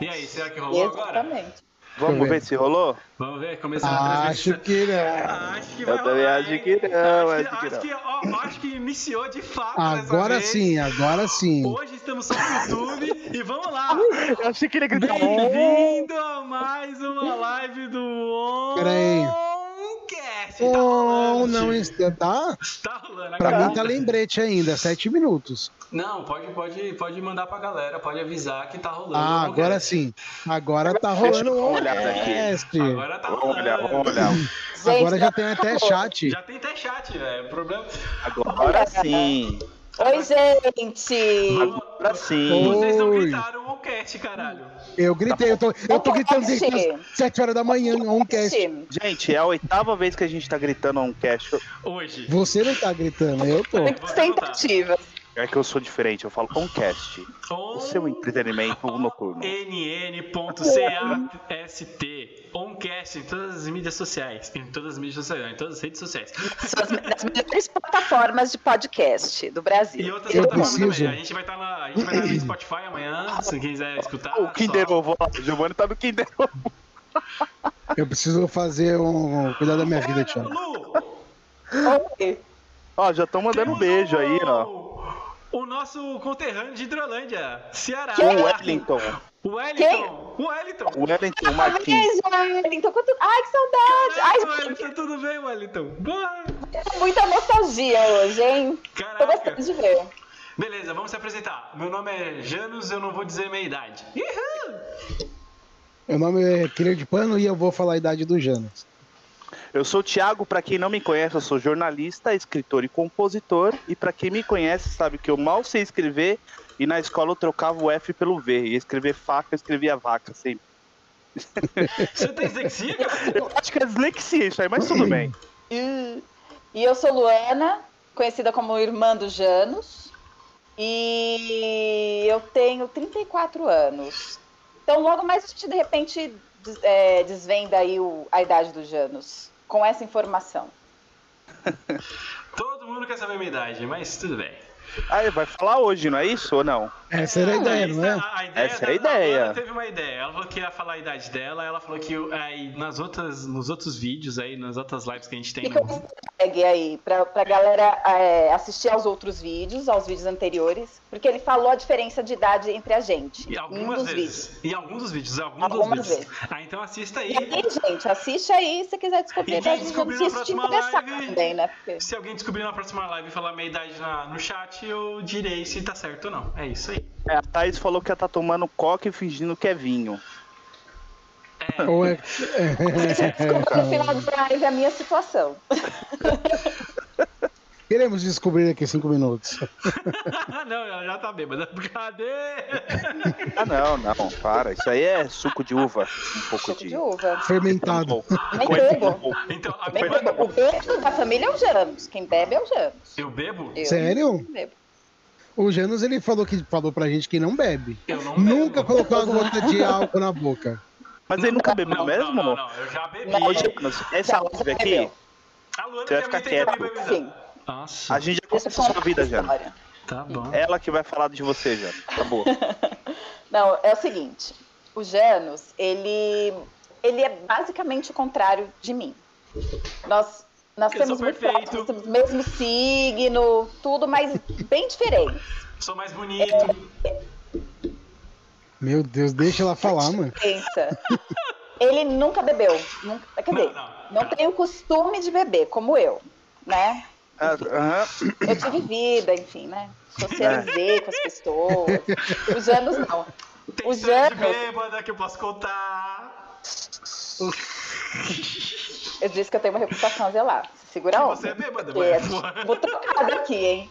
E aí, será que rolou agora? Exatamente. Vamos Deixa eu ver se rolou? Vamos ver, começando a Ah, Ah, Acho transmissão. que é. não. Acho que Eu também rolar, acho hein? que não, Acho que, acho que acho que, ó, acho que iniciou de fato. dessa Agora vez. sim, agora sim. Hoje estamos só no YouTube e vamos lá. Eu achei que ele gritava. Bem-vindo a mais uma live do Pera aí. Oncast. Tá Oh, rolando, não, tio. isso tá? Tá rolando. Pra acabou. mim tá lembrete ainda, sete minutos. Não, pode, pode, pode mandar pra galera, pode avisar que tá rolando. Ah, o agora Oncast. sim. Agora tá Deixa eu rolando dar o uma olhada aqui. teste. Agora tá Vamos rolando. olhar, vamos olhar. Gente, Agora já tem até chat. Já tem até chat, velho. O problema. Agora sim. Oi, gente! Agora sim. Vocês não Oi. gritaram o Oncast, caralho. Eu gritei, eu tô, eu tô gritando Oncast. desde as sete horas da manhã on cast. Sim. Gente, é a oitava vez que a gente tá gritando um cast. Hoje. Você não tá gritando, eu tô. Muitas tentativas. É que eu sou diferente, eu falo com um cast. O seu entretenimento noturno. NN.cast, Oncast em todas as mídias sociais, em todas as mídias sociais, não, em todas as redes sociais. São as nas melhores plataformas de podcast do E Brasil. outras Eu plataformas preciso. também. né? A gente vai estar na, a gente vai tá no Spotify amanhã, se quem quiser escutar. O Kinder só- Ovo. O Giovanni tá no Kinder Ovo. Eu preciso fazer um. Cuidar da minha vida, Olha, Thiago. Lu, Oi. Ó, já estão mandando temos um beijo o- aí, ó. O nosso conterrâneo de Hidrolândia, Ceará. é O Wellington. O Wellington. O Wellington. O Wellington Martins. Parabéns, Wellington. Quanto... Ai, que saudade! Ai, Caraca, Wellington, tudo bem, Wellington? Boa. tem muita nostalgia hoje, hein? Tô Caraca. gostando de ver. Beleza, vamos se apresentar. Meu nome é Janus, eu não vou dizer minha idade. Ihá! Meu nome é Querer de Pano e eu vou falar a idade do Janas. Eu sou o Thiago, pra quem não me conhece, eu sou jornalista, escritor e compositor. E pra quem me conhece, sabe que eu mal sei escrever e na escola eu trocava o F pelo V. E escrever faca, eu escrevia vaca sempre. Você tá tem dislexia, cara? Eu acho que é dislexia isso aí, mas tudo bem. E eu sou Luana, conhecida como irmã do Janus. E eu tenho 34 anos. Então, logo mais a gente, de repente, des- é, desvenda aí o- a idade do Janus com essa informação. Todo mundo quer saber minha idade, mas tudo bem. Ah, Aí vai falar hoje, não é isso ou não? Essa era a ideia, não é? A, a ideia Essa Ah, é da- a ideia. da Luana teve uma ideia. Ela falou que ia falar a idade dela, ela falou que aí, nas outras, nos outros vídeos aí, nas outras lives que a gente tem. né? Fica o segue aí pra, pra galera é, assistir aos outros vídeos, aos vídeos anteriores, porque ele falou a diferença de idade entre a gente. E em um algumas dos vezes. Em alguns dos vídeos, alguns Algumas dos vídeos. Ah, então assista aí. E aí, gente, assiste aí se quiser descobrir. E quem a gente descobrir não na desiste de próxima conversar live? também, né? Porque- Se alguém descobrir na próxima live e falar minha idade na- no chat, eu direi se tá certo ou não. É isso aí. É, a Thaís falou que ela tá tomando coca e fingindo que é vinho. Ou é. Desculpa, no final da live a minha situação. Queremos descobrir daqui a cinco minutos. não, ela já tá bêbada. Brincadeira! Ah, não, não, para. Isso aí é suco de uva. Um pouco Suco de. de uva. Fermentado. Nem Coisa bebo. boa. Então, a Nem bêbada- bebo. O bebo da família é o Janos. Quem bebe é o Janos. Eu bebo? Eu Sério? não bebo. O Janos ele falou que falou pra gente que não bebe. Eu não bebo. Nunca colocou uma gota de álcool na boca. Mas ele nunca bebeu Não, mesmo? Não, não, não, eu já bebi. Tá Não. Ô, Jonas, essa live aqui, A Luana Você vai ficar minha tem também quieto. bebida. Sim. Nossa, a gente já Deixa eu começou sua contar vida, uma Jana. história. tá bom. Ela que vai falar de você, já. Acabou. Não, é o seguinte. O Janus, ele, ele é basicamente o contrário de mim. Nós, nós Eu temos sou muito perfeito. próximos, nós temos o mesmo signo, tudo, mas bem diferente. Sou mais bonito. Meu Deus, deixa ela falar, mano. Pensa. Ele nunca bebeu. Nunca, quer Não, dizer, não, não não. tem o costume de beber, como eu, né? Ah, aham. eu tive vida, enfim, né? Socializei com as pessoas. Os anos não. Tem O história de Janos- bêbada que eu posso contar. Eu disse que eu tenho uma reputação a zelar. Se segura Que a você é onda. bêbada, Porque é mas- chumbo trocado aqui, hein?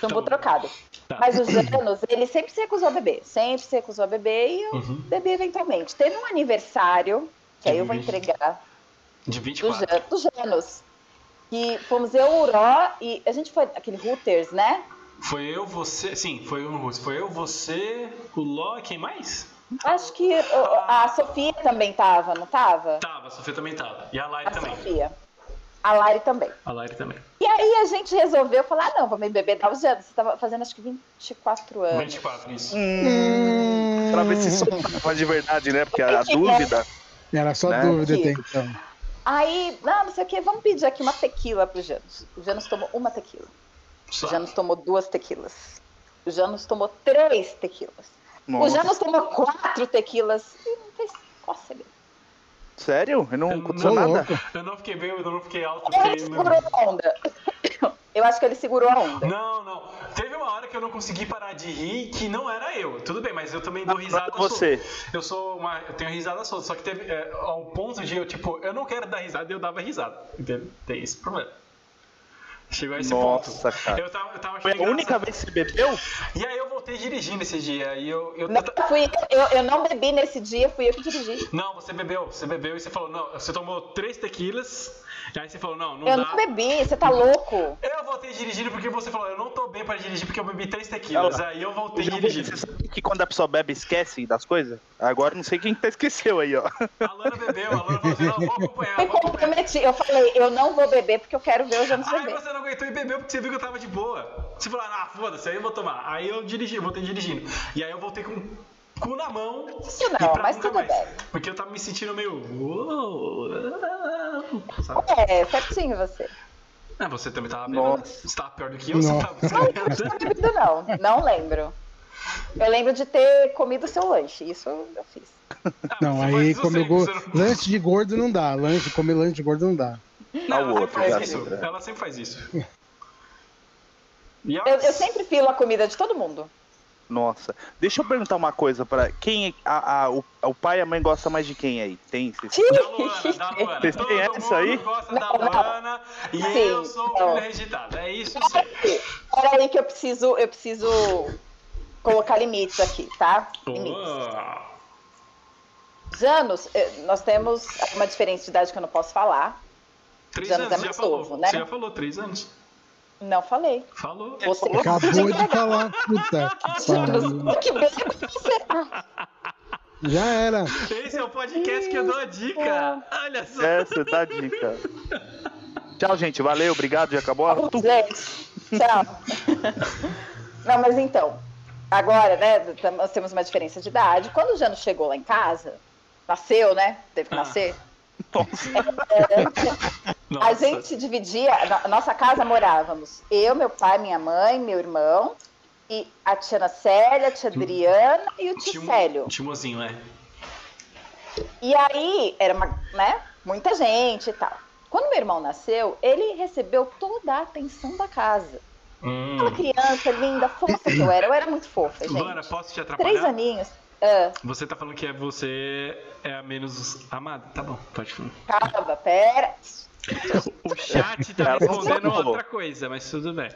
Chumbo Tá bom. trocado. Tá. Mas os anos, ele sempre se recusou a beber. Sempre se recusou a beber e eu Uhum. bebi eventualmente. Teve um aniversário, que aí eu vou entregar De do 24. Jan- dos anos. E fomos eu, o Uró e a gente foi aquele Hooters, né? Foi eu, você. Sim, foi eu no Russo. Foi eu, você, o Ló e quem mais? Acho que ó, a Sofia também tava, não tava? Tava, a Sofia também tava. E a Lari A também. Sofia. A Lari também. A Lari também. E aí a gente resolveu falar, É. ah, não, vamos beber, dá os anos. Você tava fazendo acho que 24 anos. 24, isso. Hum, pra ver se soltava de verdade, né? Porque a dúvida. Era só Né? dúvida Aqui. até então. Aí, não, não sei o que, vamos pedir aqui uma tequila pro Janus. O Janus tomou uma tequila. O Só. Janus tomou duas tequilas. O Janus tomou três tequilas. O Nossa. Janus tomou quatro tequilas e não fez cócega. Sério? E Não Eu aconteceu Ô, nada? louco. Eu não fiquei bêbado, eu não né? fiquei alto. eu Ele Fiquei... segurou a onda. Eu acho que ele segurou a onda. Não, não. Teve uma hora que eu não consegui parar de rir, que não era eu. Tudo bem, mas eu também dou Não, risada. não é você. solta. Eu sou uma. Eu tenho risada solta, só que teve. É, ao ponto de eu, tipo, eu não quero dar risada e eu dava risada. Entendeu? Tem esse problema. Chegou a esse Nossa, ponto. cara. Eu tava, eu tava Foi achando a única engraçado. vez que você bebeu? E aí eu voltei dirigindo esse dia. E eu. eu, Não, eu ta- fui eu, eu, eu não bebi nesse dia, fui eu que dirigi. Não, você bebeu, você bebeu e você falou, não, você tomou três tequilas, e aí você falou, não, não eu dá. não bebi, você tá louco? Eu voltei dirigindo porque você falou, eu não tô bem pra dirigir porque eu bebi três tequilas, Olha lá. aí eu voltei dirigindo. Você sabe que quando a pessoa bebe esquece das coisas? Agora não sei quem tá esqueceu aí, ó. A Lana bebeu, a Lana falou assim, não, vou acompanhar, Me vou acompanhar. comprometi. Eu falei, eu não vou beber porque eu quero ver o Janus Aí beber. você não aguentou e bebeu porque você viu que eu tava de boa. Você falou, ah, foda-se, aí eu vou tomar. Aí eu dirigi, voltei dirigindo. E aí eu voltei com o cu na mão. Isso e não, pra mas nunca tudo bem. Porque eu tava me sentindo meio. "Uou, ah", sabe? É, certinho você. Não, você também tava bebendo. Nossa. Você tava pior do que eu, você Nossa. tava. Você tava Não tinha bebido, não. Não lembro. Eu lembro de ter comido seu lanche. Isso eu fiz. Ah, Não, você aí faz isso comer sempre, go... você não- lanche de gordo não dá. Lanche, comer lanche de gordo não dá. Não, ela Ah, o sempre outro, faz cara. isso. Ela sempre faz isso. E ela- Eu, eu sempre filo a comida de todo mundo. Nossa. Deixa eu perguntar uma coisa pra quem. é, A, a- o, o pai e a mãe gostam mais de quem aí? Tem? Vocês- Sim. Da Luana, da Luana. Vocês Todo têm mundo essa aí? gosta da Não, não. Luana e Sim, eu sou o não. filho rejeitado. É isso sim. Pera aí que eu preciso, eu preciso colocar limites aqui, tá? Limites. Oh. Janus, eh, nós temos uma diferença de idade que eu não posso falar. Três Janus anos, é já tá mais falou. novo, né? Você já falou três anos. Não falei. Falou. Você Acabou de falar, puta. que pariu. Janus, que bêbado você tá. Já era. Esse é o podcast que eu dou a dica. Olha só. Essa dá dica. Tchau, gente. Valeu, obrigado. Já acabou? Ah, tu- Gente, tchau. Não, mas então, agora, né, tam- nós temos uma diferença de idade. Quando o Janus chegou lá em casa, nasceu, né? Teve que Ah. nascer. Nossa. Nossa. A gente dividia, na nossa casa morávamos eu, meu pai, minha mãe, meu irmão, e a tia Ana Célia, a um tia Adriana e o tio Timo- Célio. Timozinho, é. E aí, era uma, né, muita gente e tal. Quando meu irmão nasceu, ele recebeu toda a atenção da casa. Hum. Aquela criança linda, fofa que eu era, eu era muito fofa, gente. Luana, posso te Três atrapalhar? aninhos. Ah, Você tá falando que é você é a menos amada. Tá bom, pode falar. calma, pera. O chat tá Ela não respondendo falou. outra coisa, mas tudo bem.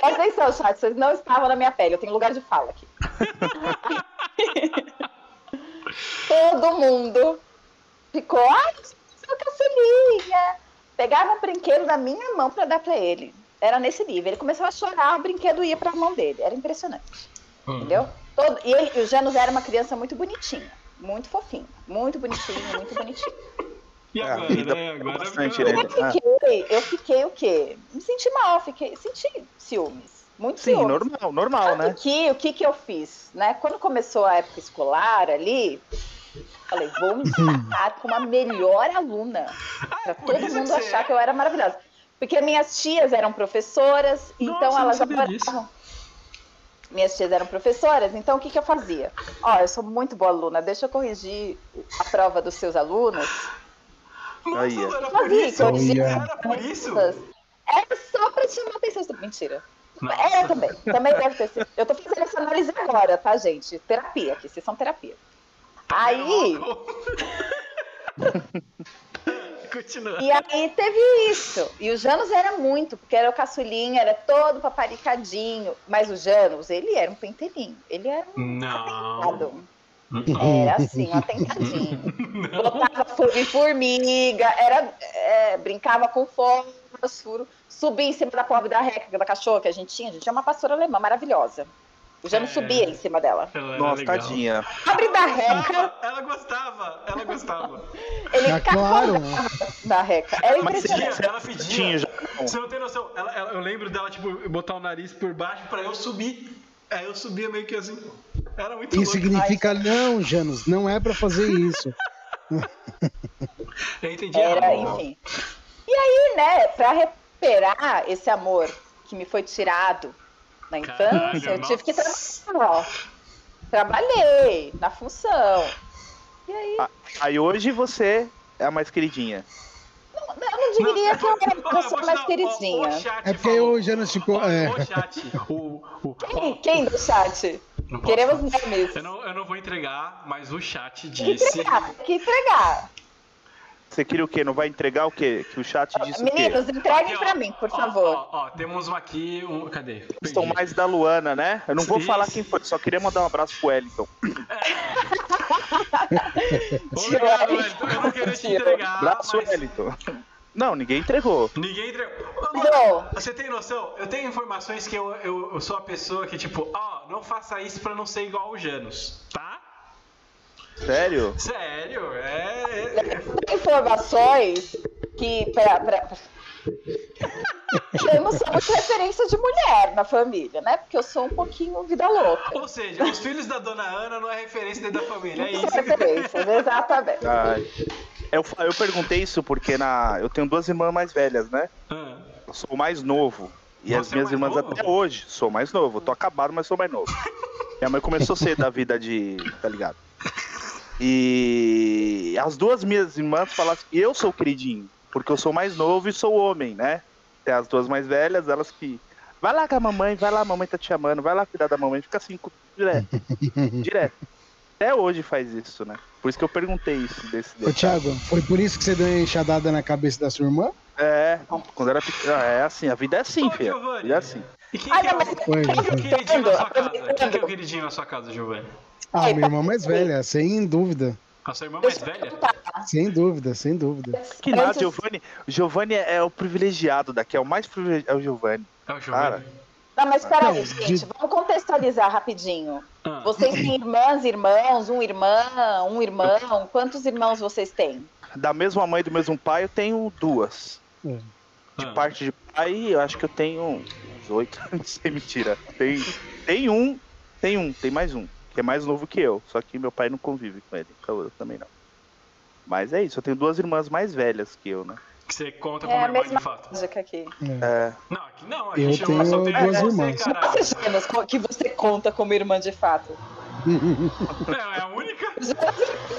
Presta atenção, chat, vocês não estavam na minha pele, eu tenho lugar de fala aqui. Todo mundo ficou, ai, sou caçulinha. Pegava o brinquedo da minha mão pra dar pra ele. Era nesse nível. Ele começava a chorar, o brinquedo ia pra mão dele. Era impressionante, Hum. entendeu? Todo... E, ele- e o Janus era uma criança muito bonitinha, muito fofinha, muito bonitinha, muito bonitinha. E Ah, agora, então, né? Agora bastante, ficou- né? Eu fiquei, eu fiquei o quê? Me senti mal, fiquei, senti ciúmes. Muito Sim, ciúmes. normal, normal, Tanto né? que, o que que eu fiz, né? Quando começou a época escolar ali, falei, vou me destacar com uma melhor aluna, para por todo isso mundo que você achar Ah, é. que eu era maravilhosa. Porque minhas tias eram professoras, eu não então elas sabia disso. adoravam. Minhas tias eram professoras, então o que que eu fazia? Ó, eu sou muito boa aluna, deixa eu corrigir a prova dos seus alunos. Nossa, Aí, ó. era Uma por isso? dica, dica. Era por isso? Era É só pra chamar atenção. Mentira. É, Nossa. também. Também deve ter sido. Eu tô fazendo essa análise agora, tá, gente? Terapia aqui, vocês são terapia. tá Aí, Continua. e aí teve isso. E o Janus era muito, porque era o caçulinha, era todo paparicadinho. Mas o Janus, ele era um pentelinho. Ele era um Não. atentado. Era assim, um atentadinho. Botava fogo em formiga, era, é, brincava com fósforo, subia em cima da pobre da reca, da cachorra que a gente tinha. A gente tinha uma pastora alemã maravilhosa. O Janus É. subia em cima dela. Ela era Nossa, Ah, legal. tadinha. Abre da reca. Ela, ela gostava, ela gostava. Ele Tá cagou claro. na reca. É Era Mas você impressionante. já- Tinha, ela Tinha pedia. já. Você não tem noção. Ela- ela- eu lembro dela, tipo, botar o nariz por baixo pra eu subir. Aí eu subia meio que assim. Era muito Isso louco. significa, não, Janus, não é pra fazer isso. Eu entendi Era, errado. enfim. E aí, né, pra recuperar esse amor que me foi tirado na Caralho, infância, eu nossa. tive que trabalhar. Trabalhei na função. E aí, Aí hoje você é a mais queridinha. eu não diria que eu era a Não, eu pessoa vou te mais dar- queridinha. ó, o chat É porque falou. o Janus ficou- Ó, é. O chat. O, o- Quem, ó, quem do chat? não posso Queremos falar. memes. eu não, eu não vou entregar, mas o chat Tem que disse. entregar, tem que entregar. Você queria o quê? Não vai entregar o quê? Que o chat disse o quê? Meninos, entreguem Aqui, ó, pra mim, por ó, favor. Ó, ó, temos uma aqui. Um, cadê? Perdi. Estão mais da Luana, né? Eu não vou Isso. falar quem foi, só queria mandar um abraço pro Wellington. Obrigado, Wellington. é Eu não queria te Tio. entregar. Abraço, Ah, mas Wellington. Não, ninguém entregou. Ninguém entregou. Ô, Não. mano, Você tem noção? Eu tenho informações que eu, eu, eu sou a pessoa que, tipo, ó, não faça isso pra não ser igual o Janus, tá? Sério? Sério, é. é- Informações que. Pra, pra... Eu não sou muito referência de mulher na família, né? Porque eu sou um pouquinho vida louca. Ou seja, os filhos da dona Ana não é referência dentro da família, é Não isso. são referências, exatamente. Ai. Eu, fa- eu perguntei isso porque na, eu tenho duas irmãs mais velhas, né? Ah, Eu sou o mais novo. E Você as é o minhas mais irmãs novo? até hoje, sou o mais novo. Tô acabado, mas sou o mais novo. Minha mãe começou cedo a vida de. tá ligado? E as duas minhas irmãs falaram assim, eu sou o queridinho, porque eu sou mais novo e sou homem, né? Tem as duas mais velhas, elas que. Vai lá com a mamãe, vai lá, a mamãe tá te chamando, vai lá cuidar da mamãe, fica assim, cu- direto. direto. Até hoje faz isso, né? Por isso que eu perguntei isso desse. Ô, Thiago, foi por isso que você deu a enxadada na cabeça da sua irmã? É, quando era pequeno. É assim, a vida é assim, Ô, filho. A Giovanni. vida é assim. E quem, Ai, que é não, mas- o... Foi. quem que é o queridinho na sua casa? Quem que é o Aproveitando. queridinho na sua casa, Giovanni? Ah, minha irmã mais velha, sem dúvida. A sua irmã mais Deixa eu velha? perguntar. Sem dúvida, sem dúvida. Que nada, Antes- Giovanni. Giovanni é é o privilegiado daqui, é o mais privilegiado. É o Giovanni. É o Giovanni. Não, mas Não, peraí, de- gente, vamos contextualizar rapidinho. Ah, Vocês têm irmãs, irmãos, um irmão, um irmão. Quantos irmãos vocês têm? Da mesma mãe do mesmo pai, eu tenho duas. ah. Parte de pai, eu acho que eu tenho uns oito. Não sei, mentira. Tem, tem um, tem um, tem mais um. Que é mais novo que eu. Só que meu pai não convive com ele. então Eu também não. Mas é isso, eu tenho duas irmãs mais velhas que eu, né? Que você conta É como a irmã mesma- de fato. Lógica aqui. É, Não, aqui não, é Eu aqui chama tenho só tem duas você, irmãs. caralho. Quantas irmãs co- que você conta como irmã de fato? Não, é a única?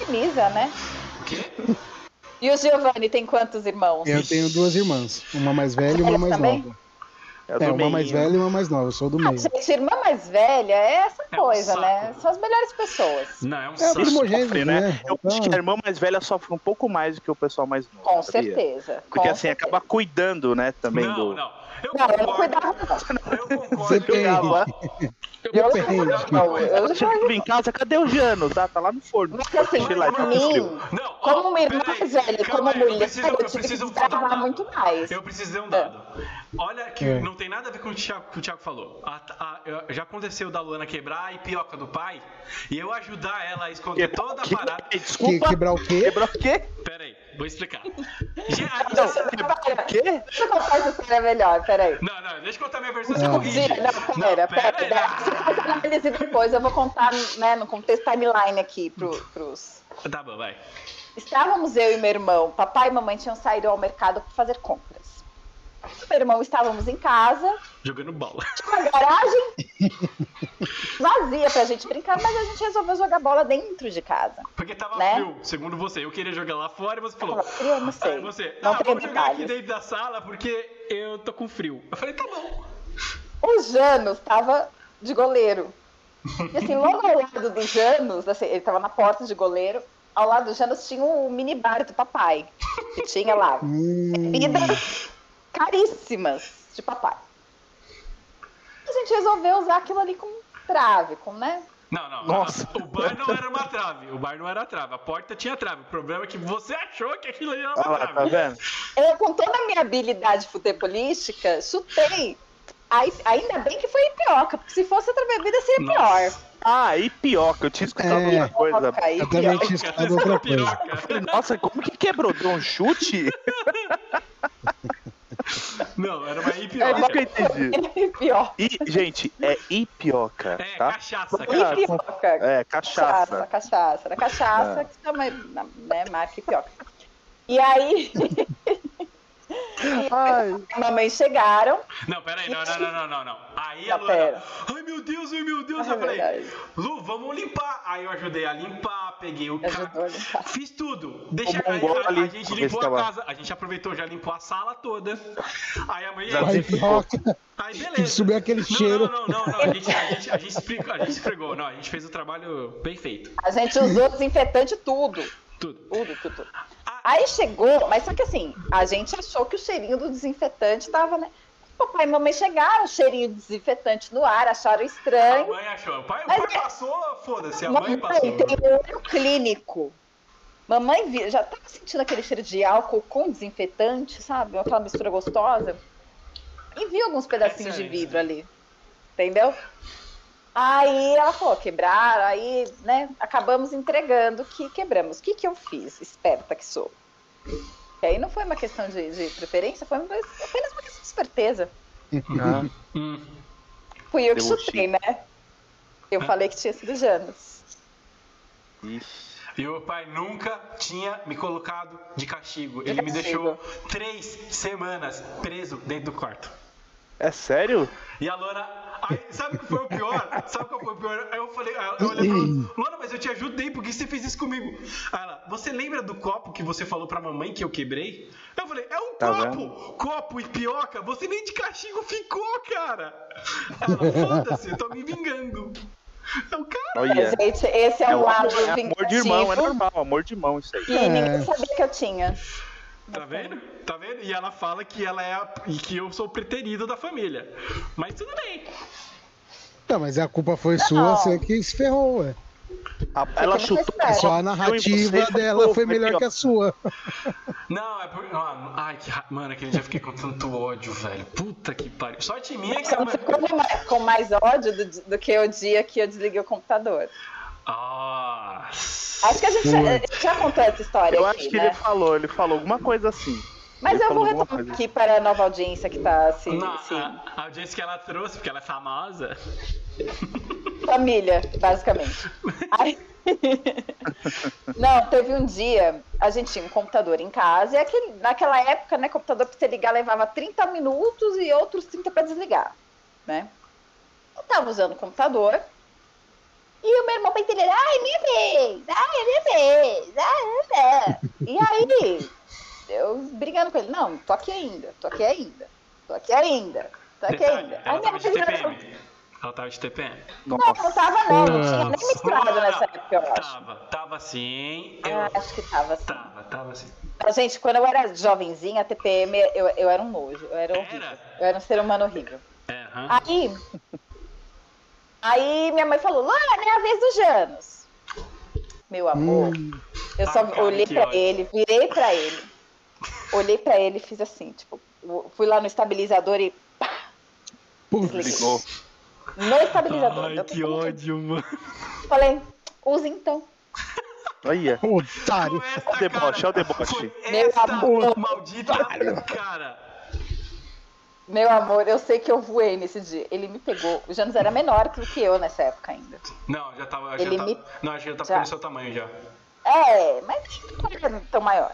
Lisa, né? O quê? E o Giovanni tem quantos irmãos? Eu tenho duas irmãs, uma mais velha e uma Elas mais também? nova. é, do É, uma mais meinho. velha e uma mais nova, eu sou do Ah, meio. É, gente, irmã mais velha é essa É um coisa, saco. né? São as melhores pessoas. Não, é um É o saco. primogênito, Sofre, né? né? Eu acho que a irmã mais velha sofre um pouco mais do que o pessoal mais novo. Com sabia? certeza. Porque com assim, certeza. acaba cuidando, né, também não, do. não. Eu Não, eu não concordo. cuidava, não. Eu concordo. Você que eu- pega. ó, eu Eu não concordo cuidava, com uma não. coisa. Eu já... Chegava em casa, cadê o Jano? Tá, tá lá no forno. Mas assim, Sei lá, pra tá mim, frio. Não, ó, como uma irmã peraí, mais velha, calma como aí, mulher, eu preciso, eu eu tive que preciso me trabalhar dar um muito dado. mais. Eu preciso dar um dado. Olha, que É. não tem nada a ver com o Thiago, com o Thiago falou. A- a- eu- já aconteceu da Luana quebrar a ipioca do pai e eu ajudar ela a esconder Quebrar é toda a Que- parada. Que, Desculpa. quebrar o quê? Quebrou o quê? Pera aí, vou explicar. Já- Não, O quê? Então, Deixa eu contar essa história melhor, peraí. Não, não, deixa eu contar minha versão, você Não. corrige. Gira, não, pera, pera, aí, pera. Você faz a análise depois, eu vou contar né, no contexto timeline aqui pro, pros. Tá bom, vai. Estávamos eu e meu irmão, papai e mamãe tinham saído ao mercado para fazer compras. Meu irmão estávamos em casa, Jogando bola. tinha uma garagem vazia pra gente brincar, mas a gente resolveu jogar bola dentro de casa. Porque tava Né? frio, segundo você. Eu queria jogar lá fora e você falou. Tava frio, eu não sei. Aí você, Não ah, tenho vamos jogar aqui detalhes. dentro da sala porque eu tô com frio. Eu falei, tá bom. O Janos estava de goleiro. E assim, logo ao lado do Janos, assim, ele estava na porta de goleiro, ao lado do Janos tinha o minibar do papai. Que tinha lá Hum, bebidas caríssimas de papai. A gente resolveu usar aquilo ali com trave, com, né? Não, não. Nossa. O bar não era uma trave. O bar não era a trave. A porta tinha trave. O problema é que você achou que aquilo ali era Olha uma lá, tá trave. vendo? Eu, com toda a minha habilidade futebolística, chutei. Aí, ainda bem que foi ipioca, porque se fosse outra bebida seria pior. Nossa. Ah, e pioca, eu tinha escutado É. outra coisa. Piroca, eu ipioca. também tinha Piroca, escutado você tá outra falou coisa. piroca. Nossa, como que quebrou? Deu um chute? Não, era uma É isso ipioca. que eu entendi. Ele é pior. E, gente, é ipioca, É, tá? cachaça, Ah, cara. Ipioca. É, cachaça. Cachaça, cachaça. Era cachaça que chama né, mais pipioca. E aí, Ai, a mamãe chegaram. Não, peraí, não, não, não, não, não, não. Aí a Não, Luana. Tá pera. Ai meu Deus, ai meu Deus, Ah, eu falei. verdade. Lu, vamos limpar. Aí eu ajudei a limpar, peguei o Ajudou né? a carro. limpar. Fiz tudo. Deixa O um a, Mongol a, ali, a gente limpou esse a tava- casa. A gente aproveitou, já limpou a sala toda. Aí a mãe. Já Vai Aí ficou. pioca. Aí Tem que beleza. subir aquele não, cheiro. Não, não, não, não. A gente, a gente, a gente explicou, a gente esfregou. Não, a gente fez o trabalho perfeito. A gente usou desinfetante tudo. Tudo. Tudo, tudo, tudo. Aí chegou, mas só que assim, a gente achou que o cheirinho do desinfetante tava, né? Papai e mamãe chegaram, cheirinho de desinfetante no ar, acharam A estranho. mãe achou. O pai, o Mas pai é- passou, foda-se. A Mamãe mãe passou. tem um olho clínico. Mamãe vi- já tava sentindo aquele cheiro de álcool com desinfetante, sabe? Aquela mistura gostosa. E viu alguns pedacinhos de Excelente. vidro ali. Entendeu? Aí ela falou, quebraram, aí, né, acabamos entregando que quebramos. O que que eu fiz? Esperta que sou. E aí não foi uma questão de, de preferência, foi uma- apenas uma questão de esperteza. Ah, Hum. Fui eu que Deu um chutei, né? Eu falei que tinha sido Janas. ixi. E o pai nunca tinha me colocado de castigo. De Ele me castigo. deixou três semanas preso dentro do quarto. É sério? E a Lona. Aí, sabe o que foi o pior? Sabe qual foi o pior? Aí eu falei, eu olhei pra ela, Lona, mas eu te ajudei, por que você fez isso comigo? Aí ela, você lembra do copo que você falou pra mamãe que eu quebrei? Eu falei, é um Tá copo! Copo e pioca, você nem de castigo ficou, cara! Ela, foda-se, eu tô me vingando. Eu, cara, Olha. Gente, esse é, É um o amor, lado é amor de irmão, é vingativo normal, amor de irmão isso aí. que É. ninguém sabia que eu tinha. tá vendo? Tá vendo? E ela fala que ela é a, e que eu sou o preterido da família. Mas tudo bem. Tá, mas a culpa foi sua, você que se ferrou, ué. A- ela não foi chutou. certo. Só copo a é e narrativa você é dela chutou, foi melhor que a sua. Não, é porque. Mano, ai, que ra... Mano, aquele dia eu fiquei com tanto ódio, velho. Puta que pariu. Sorte minha que Você a não mãe. ficou com mais- com mais ódio do, do que o dia que eu desliguei o computador. Ah. Acho que é a gente já, a gente já contou essa história Eu aqui, acho que né? ele falou, ele falou alguma coisa assim. Mas ele eu vou falou alguma retomar coisa. aqui para a nova audiência que tá assim, Não, assim, a, a audiência que ela trouxe, porque ela é famosa. família, basicamente. Aí- Não, teve um dia, a gente tinha um computador em casa, e aquele- naquela época, né, computador para você ligar levava 30 minutos e outros 30 para desligar, né? Eu tava usando o computador, e o meu irmão pentelhando, ai, minha vez, ai, é minha vez, ai, minha vez. E aí, eu brigando com ele, não, tô aqui ainda, tô aqui ainda, tô aqui ainda, tô aqui Detalhe, ainda. Aí ela minha tava de vez TPM. Ela tava de TPM. não, não Nossa. tava não, não tinha nem Nossa. misturado nessa época, eu acho. Tava, tava sim. Ah, Ah, Eu... acho que tava assim. Tava, tava sim. Mas, gente, quando eu era jovenzinha, a TPM, eu, eu era um nojo, eu Ah, era horrível. Era? Eu era um ser humano horrível. É, aham. Aí, aí minha mãe falou, Luana, é a vez do Janos. Meu amor, Hum, eu só Ah, cara, olhei que pra ódio. ele, virei pra ele, olhei pra ele e fiz assim, tipo, fui lá no estabilizador e pá, Putz. desliguei. Ligou. No estabilizador. Ai, Eu que ódio, mano. Falei, use então. Olha. Otário. Foi esta, deboche, cara. é o deboche. Foi Meu esta amor. maldita cara. Meu amor, eu sei que eu voei nesse dia. Ele me pegou. O Janos era menor do que eu nessa época ainda. Não, já tava. Já Ele tava... me- Não, acho que já tá Já. ficando o seu tamanho já. É, mas não era tão maior.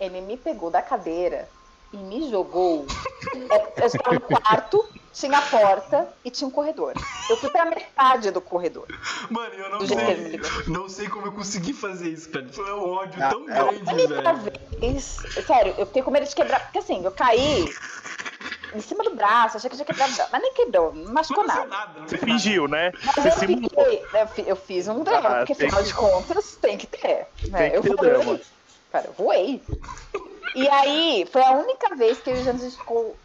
Ele me pegou da cadeira e me jogou. É, Eu estava no quarto, tinha a porta e tinha um corredor. Eu fui pra metade do corredor. Mano, eu não Do jeito que ele me sei, ligou. não sei como eu consegui fazer isso, cara. Foi um ódio Ah, tão é. né? grande, Primeira velho. vez. Sério, eu fiquei com medo de quebrar. Porque assim, eu caí em cima do braço, achei que tinha quebrado o braço. Mas nem quebrou, não machucou Não aconteceu nada. nada. Não Você fez nada. fingiu, né? Mas Você eu, simulou. fiquei- eu fi- eu fiz um drama, Ah, porque tem afinal que- de contas tem que ter. Né? Tem que eu ter voei. drama. Cara, eu voei. E aí, foi a única vez que eu e o Janos a gente ficou.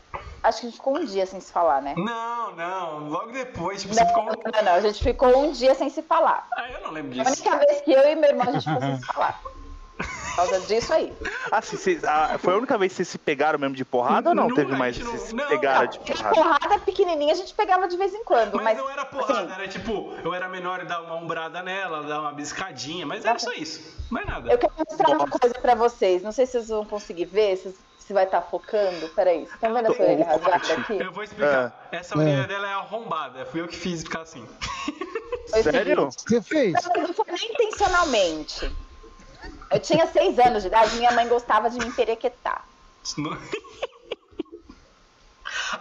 Acho que a gente ficou um dia sem se falar, né? Não, não. Logo depois, tipo, você Não, ficou. não, não, a gente ficou um dia sem se falar. Ah, eu não lembro Foi A disso. única vez que eu e meu irmão a gente ficou sem se falar. causa disso aí. Ah, se, se- ah, foi a única vez que vocês se pegaram mesmo de porrada ou não? Não, Teve a mais gente vocês se não- não, pegaram não. de De porrada? porrada pequenininha a gente pegava de vez em quando, Mas, mas, não era porrada, assim, era tipo, eu era menor e dar uma umbrada nela, dar uma biscadinha, mas era só isso. Mais nada. eu quero mostrar uma Nossa. coisa pra vocês. Não sei se vocês vão conseguir ver, se, se vai estar focando. Peraí, vocês estão vendo Tô- essa orelha o corte. rasgada aqui? Eu vou explicar. Essa É. orelha dela é arrombada. Fui eu que fiz ficar assim. Foi o Sério? seguinte, Você fez? Não, não foi nem intencionalmente. Eu tinha seis anos de idade, minha mãe gostava de me perequetar. Ela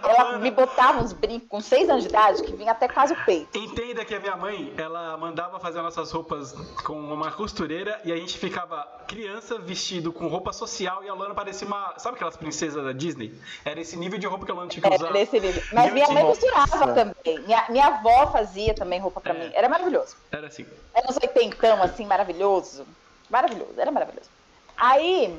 Mano, me botava uns brincos com seis anos de idade que vinha até quase o peito. Entenda que a minha mãe, ela mandava fazer nossas roupas com uma costureira e a gente ficava criança vestido com roupa social e a Lana parecia uma. Sabe aquelas princesas da Disney? Era esse nível de roupa que a Lana tinha que usar. É, nesse nível. Mas Eu minha te- mãe costurava Nossa. também. Minha, minha avó fazia também roupa pra É. mim. Era maravilhoso. Era assim. Era É uns oitentão, assim, maravilhoso. Maravilhoso, era maravilhoso. Aí,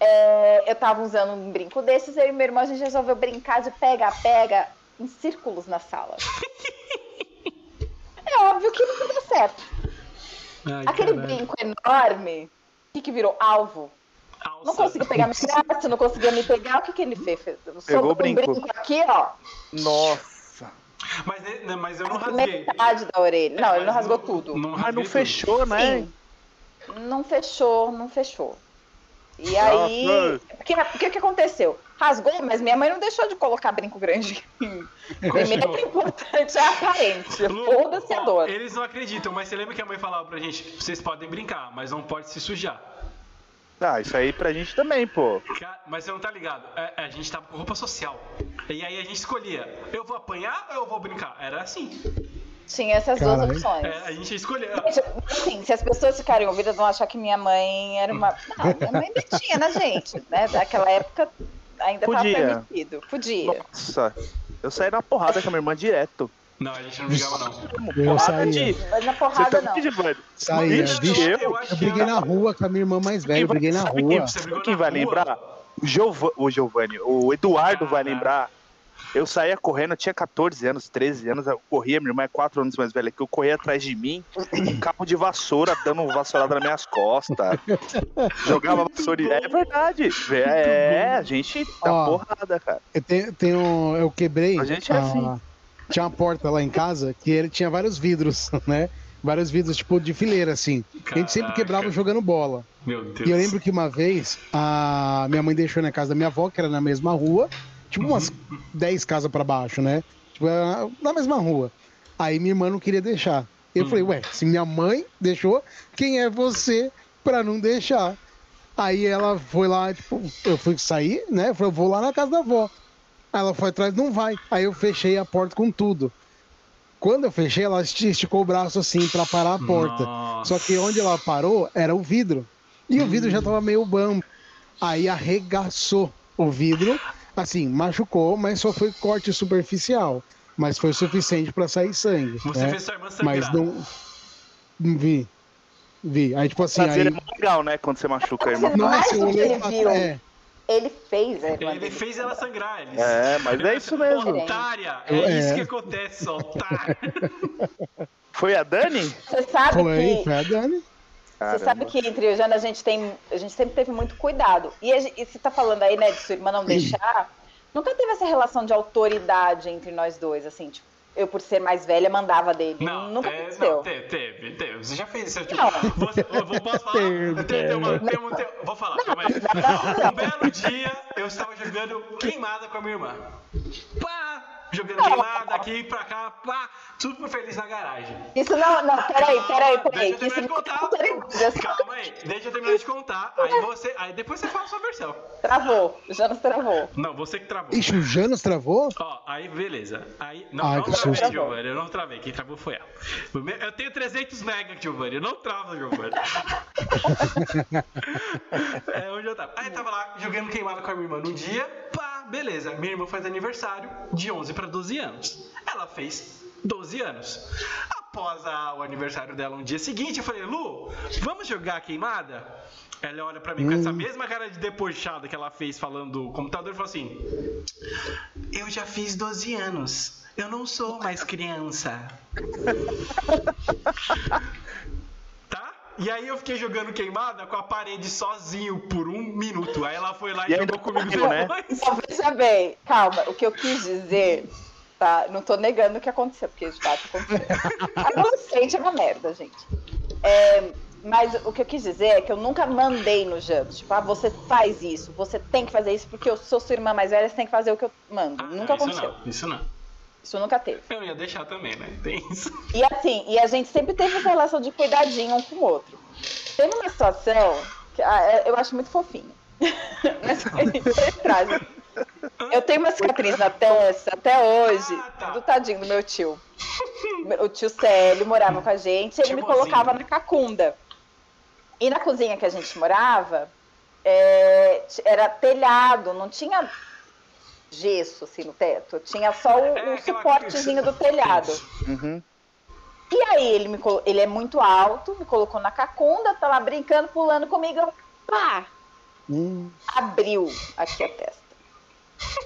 é, eu tava usando um brinco desses, eu e meu irmão, a gente resolveu brincar de pega-pega em círculos na sala. é óbvio que não deu certo. Ai, Aquele caralho. brinco enorme, o que, que virou alvo? Alça. Não conseguia pegar minha graça, não conseguia me pegar. O que, que ele fez? Fez- soltou o brinco. um brinco aqui, ó. Nossa. Mas, né, mas eu não rasguei. É, Metade da orelha. Não, ele não Mas rasgou tudo. Mas rasguei não tudo. fechou, né? Sim. Não fechou, não fechou. E Ah, Nossa. aí. Porque o que, que aconteceu? Rasgou, mas minha mãe não deixou de colocar brinco grande. em mim. Primeiro que o importante é a aparência. Lu, Foda-se a ó, dor. Eles não acreditam, mas você lembra que a mãe falava pra gente: vocês podem brincar, mas não pode se sujar. Ah, isso aí pra gente também, pô. Cara, mas você não tá ligado? A, a gente tava com roupa social. E aí a gente escolhia: eu vou apanhar ou eu vou brincar? Era assim. Tinha essas Caralho. duas opções. É, a gente escolhia. Gente, Assim, se as pessoas ficarem ouvidas, vão achar que minha mãe era uma. Não, minha mãe metia na gente, né? Naquela época ainda estava Podia. permitido. Podia. Nossa. Eu saí na porrada com a minha irmã direto. Não, a gente não brigava, não. Eu Porrada saía. de. Mas na Você porrada tá não. me mano? Saía, Ixi, bicho. eu- né? Eu briguei na rua com a minha irmã mais velha, eu briguei na Sabe rua. Você brigou Quem é na vai rua? lembrar? O, Giova- o Giovanni, o Eduardo vai Caraca. lembrar. Eu saía correndo, eu tinha 14 anos, 13 anos, eu corria, minha irmã é 4 anos mais velha que eu, corria atrás de mim, um cabo de vassoura dando vassourada nas minhas costas. Jogava vassoura. e- É verdade. É, a gente dá Ó. porrada, cara. Eu tenho, tenho- eu quebrei. A gente é assim. Tinha uma porta lá em casa que ele tinha vários vidros, né? Vários vidros, tipo, de fileira, assim. A gente sempre Caraca. quebrava jogando bola. Meu Deus. E eu lembro que uma vez a minha mãe deixou na casa da minha avó, que era na mesma rua, tipo umas 10 casas pra baixo, né? Tipo, era na mesma rua. Aí minha irmã não queria deixar. Eu Hum. falei, ué, se minha mãe deixou, quem é você pra não deixar? Aí ela foi lá, tipo, eu fui sair, né? Eu falei, eu vou lá na casa da avó. Aí ela foi atrás, não vai. Aí eu fechei a porta com tudo. Quando eu fechei, ela esti- esticou o braço assim pra parar a porta. Nossa. Só que onde ela parou era o vidro. E o vidro já tava meio bambo. Aí arregaçou o vidro, assim, machucou, mas só foi corte superficial. Mas foi suficiente pra sair sangue. Você né? fez sua irmã sangrar. Mas não. Vi. Vi. Aí, tipo assim, Prazer é aí. muito legal, né? Quando você machuca a irmã. Não. mais do que ele pra- viu. É, Ele fez, é, a irmã Ele dele. fez ela sangrar, eles. É, mas é isso mesmo. Otária, é, Eu- é. isso que acontece, só otária. Foi a Dani? Você sabe foi, que foi a Dani. Você sabe que entre eu e Jana a gente tem, a gente sempre teve muito cuidado. E, a gen- e você tá falando aí, né, de sua irmã não deixar. Nunca teve essa relação de autoridade entre nós dois, assim, tipo, eu por ser mais velha mandava dele. Não, Nunca é, aconteceu. não, teve, teve, teve. Você já fez isso. Tipo, Não. você, eu vou, posso falar? Teve, Tem- tem uma- tem um- tem- vou falar, calma aí. Um belo dia, eu estava jogando queimada com a minha irmã. Pá! Jogando queimada aqui pra cá, pá! Super feliz na garagem. Isso não, não, peraí, peraí, peraí. Deixa eu Isso terminar de não contar. é autoridade, é só- Calma aí, deixa eu terminar de contar. Aí você. Aí depois você fala a sua versão. travou, Jonas travou. Não, você que travou. Ixi, o Janos travou? Ó, aí beleza. Aí, não, Ai, não que travei, susto. Giovanni. Eu não travei. Quem travou foi ela. O meu- Eu tenho 300 mega, Giovanni. Eu não travo, Giovanni. é onde eu tava. Aí tava lá jogando queimada com a minha irmã num dia. Pá, beleza. Minha irmã faz aniversário de 11 pra 12 anos. Ela fez 12 anos. Após a- o aniversário dela, um dia seguinte, eu falei, Lu, vamos jogar a queimada? Ela olha pra mim com Hum. essa mesma cara de debochada que ela fez falando do computador e fala assim: eu já fiz 12 anos. Eu não sou mais criança. tá? e aí eu fiquei jogando queimada com a parede sozinho por um minuto. Aí ela foi lá e, E ainda jogou comigo morreu, né? depois. Não, Então, veja bem, calma, o que eu quis dizer, tá? Não tô negando o que aconteceu, porque de fato aconteceu. Adolescente é uma merda, gente. É, mas o que eu quis dizer é que eu nunca mandei no Jump. Tipo, ah, você faz isso, você tem que fazer isso, porque eu sou sua irmã mais velha, você tem que fazer o que eu mando. Ah, nunca aconteceu. Isso não, isso não. Isso nunca teve. Eu ia deixar também, né? Tem isso. E assim, e a gente sempre teve essa relação de cuidadinho um com o outro. Teve uma situação que ah, é- eu acho muito fofinho. Mas foi trágico. eu tenho uma cicatriz na testa até hoje, Ah, tá. do tadinho do meu tio. O tio Célio morava com a gente, ele me Tiozinho. colocava na cacunda. E na cozinha que a gente morava, é, t- era telhado, não tinha gesso assim no teto, tinha só o, É o aquela- suportezinho do telhado. Uhum. E aí ele me colo- ele é muito alto, me colocou na cacunda, tá lá brincando, pulando comigo, eu, pá, Hum. abriu aqui a testa.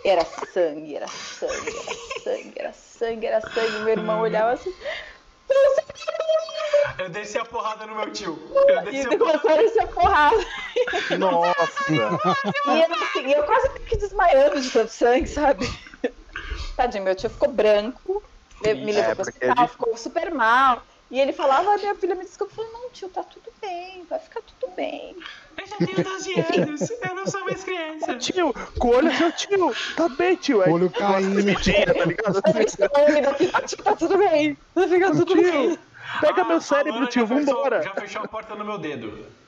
Era sangue, era sangue, era sangue, era sangue, era sangue. Meu irmão olhava assim, "Você tá Eu desci a porrada no meu tio. Eu doido", desci e a porrada. começou a descer porrada. Nossa! E eu, assim, eu quase fiquei desmaiando de tanto sangue, sabe? Tadinho, meu tio ficou branco, me me É, levou pro porque é hospital, difícil. ficou super mal. E ele falava, "Ah, minha filha, me desculpa. Eu falei, não, tio, tá tudo bem, vai ficar tudo bem. Eu já tenho 12 anos, eu não sou mais criança. tio, com o olho seu tio! Tá bem, tio! Aí, Olho caindo. Mentira, tá ligado? Eu estou úmida aqui, tá, tipo, tá tudo bem. Vai Tá ficar tudo bem. Pega Ah, meu a cérebro, Luana tio, já fechou- vambora! Já fechou a porta no meu dedo.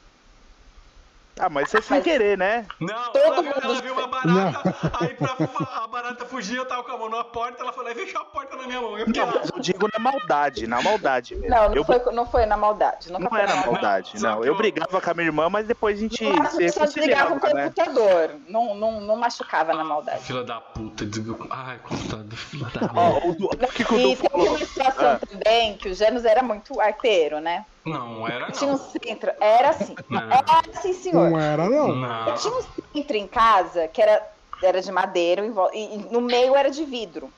Ah, mas você sem Mas- querer, né? Não, Todo ela, viu- mundo- ela viu uma barata, aí pra fa- a barata fugir, eu tava com a mão na porta, ela falou, "Aí fechou a porta na minha mão. Eu fiquei Não, lá. mas eu digo na maldade, na maldade mesmo. Não, não, eu foi, não foi na maldade. Nunca Não foi era na maldade. maldade, Não, não. só que Eu eu- brigava com a minha irmã, mas depois a gente Não, se só desligava o reconciliava, né? computador. Não, não, não machucava na maldade. Filha da puta, desgu- Ai, computador, filha da puta. Ó, o, Du- o que, que o Du E teve falou? uma situação Ah. também que o Janus era muito arteiro, né? Não, era Tinha um não. centro. Era assim. Ah. Não. Era assim, senhor. Não é. era, não. Eu Não. tinha um centro em casa que era, era de madeira em vol- e, e no meio era de vidro.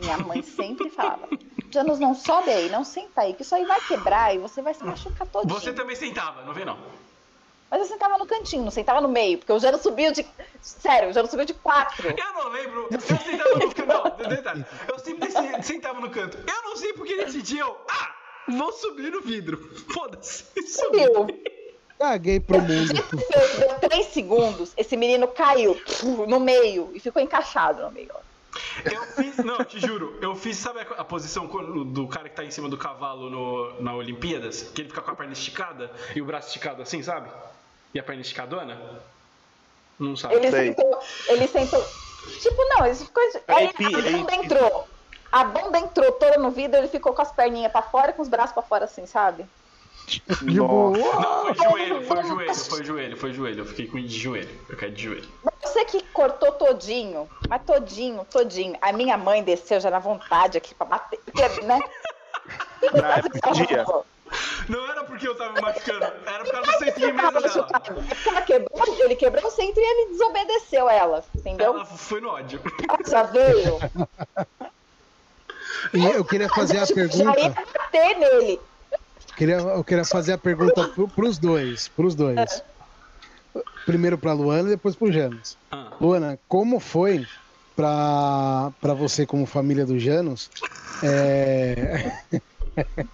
Minha mãe sempre falava: Janos, não sobe aí, não senta aí, que isso aí vai quebrar e você vai se machucar todinho. Você também sentava, não vê não. Mas eu sentava no cantinho, não sentava no meio, porque o Janos subiu de. Sério, o Janos subiu de quatro. Eu não lembro, eu sentava no canto. Não, detalhe. Eu sempre se- sentava no canto. Eu não sei porque nesse dia eu. Ah! Vou subir no vidro. Foda-se. Subi. Subiu. Caguei pro mundo. Deu- Deu três segundos, esse menino caiu puf, no meio e ficou encaixado no meio. Eu fiz, não, te juro, eu fiz, sabe a, a posição quando- do cara que tá em cima do cavalo no, na Olimpíadas? Que ele fica com a perna esticada e o braço esticado assim, sabe? E a perna esticadona? Não sabe. Ele Sei. sentou, ele sentou. Tipo, não, ele ficou. Aí, pi- a ele- bunda entrou. A bunda entrou toda no vidro, ele ficou com as perninhas pra fora e com os braços pra fora, assim, sabe? De boa. Não, foi joelho, foi joelho, foi joelho, foi joelho. Eu fiquei com de joelho. Eu caí de joelho. Eu sei que cortou todinho, mas todinho, todinho. A minha mãe desceu já na vontade aqui pra bater, porque, né? Na época podia. Não era porque eu tava me machucando, era por causa do centro de Ele mesa tava dela. machucado. É porque ela quebrou, ele quebrou o centro e ele desobedeceu ela, entendeu? Ela foi no ódio. Ela já veio. E eu queria fazer a Tipo, Já ia pergunta. bater nele. Queria, eu queria fazer a pergunta pro, pros dois. Pros dois. Primeiro pra Luana e depois pro Janos. Ah, Luana, como foi pra, pra você, como família do Janos? é,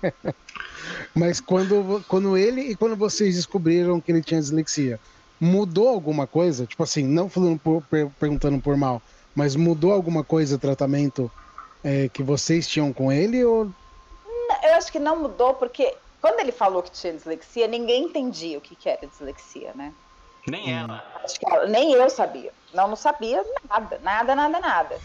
Mas quando, vo- quando ele e quando vocês descobriram que ele tinha dislexia, mudou alguma coisa? Tipo assim, não falando por- per- perguntando por mal, mas mudou alguma coisa o tratamento é, que vocês tinham com ele? Ou... Eu acho que não mudou, porque quando ele falou que tinha dislexia, ninguém entendia o que, que era dislexia, né? nem ela. Acho que ela- nem eu sabia. Não, não sabia nada, nada, nada, nada.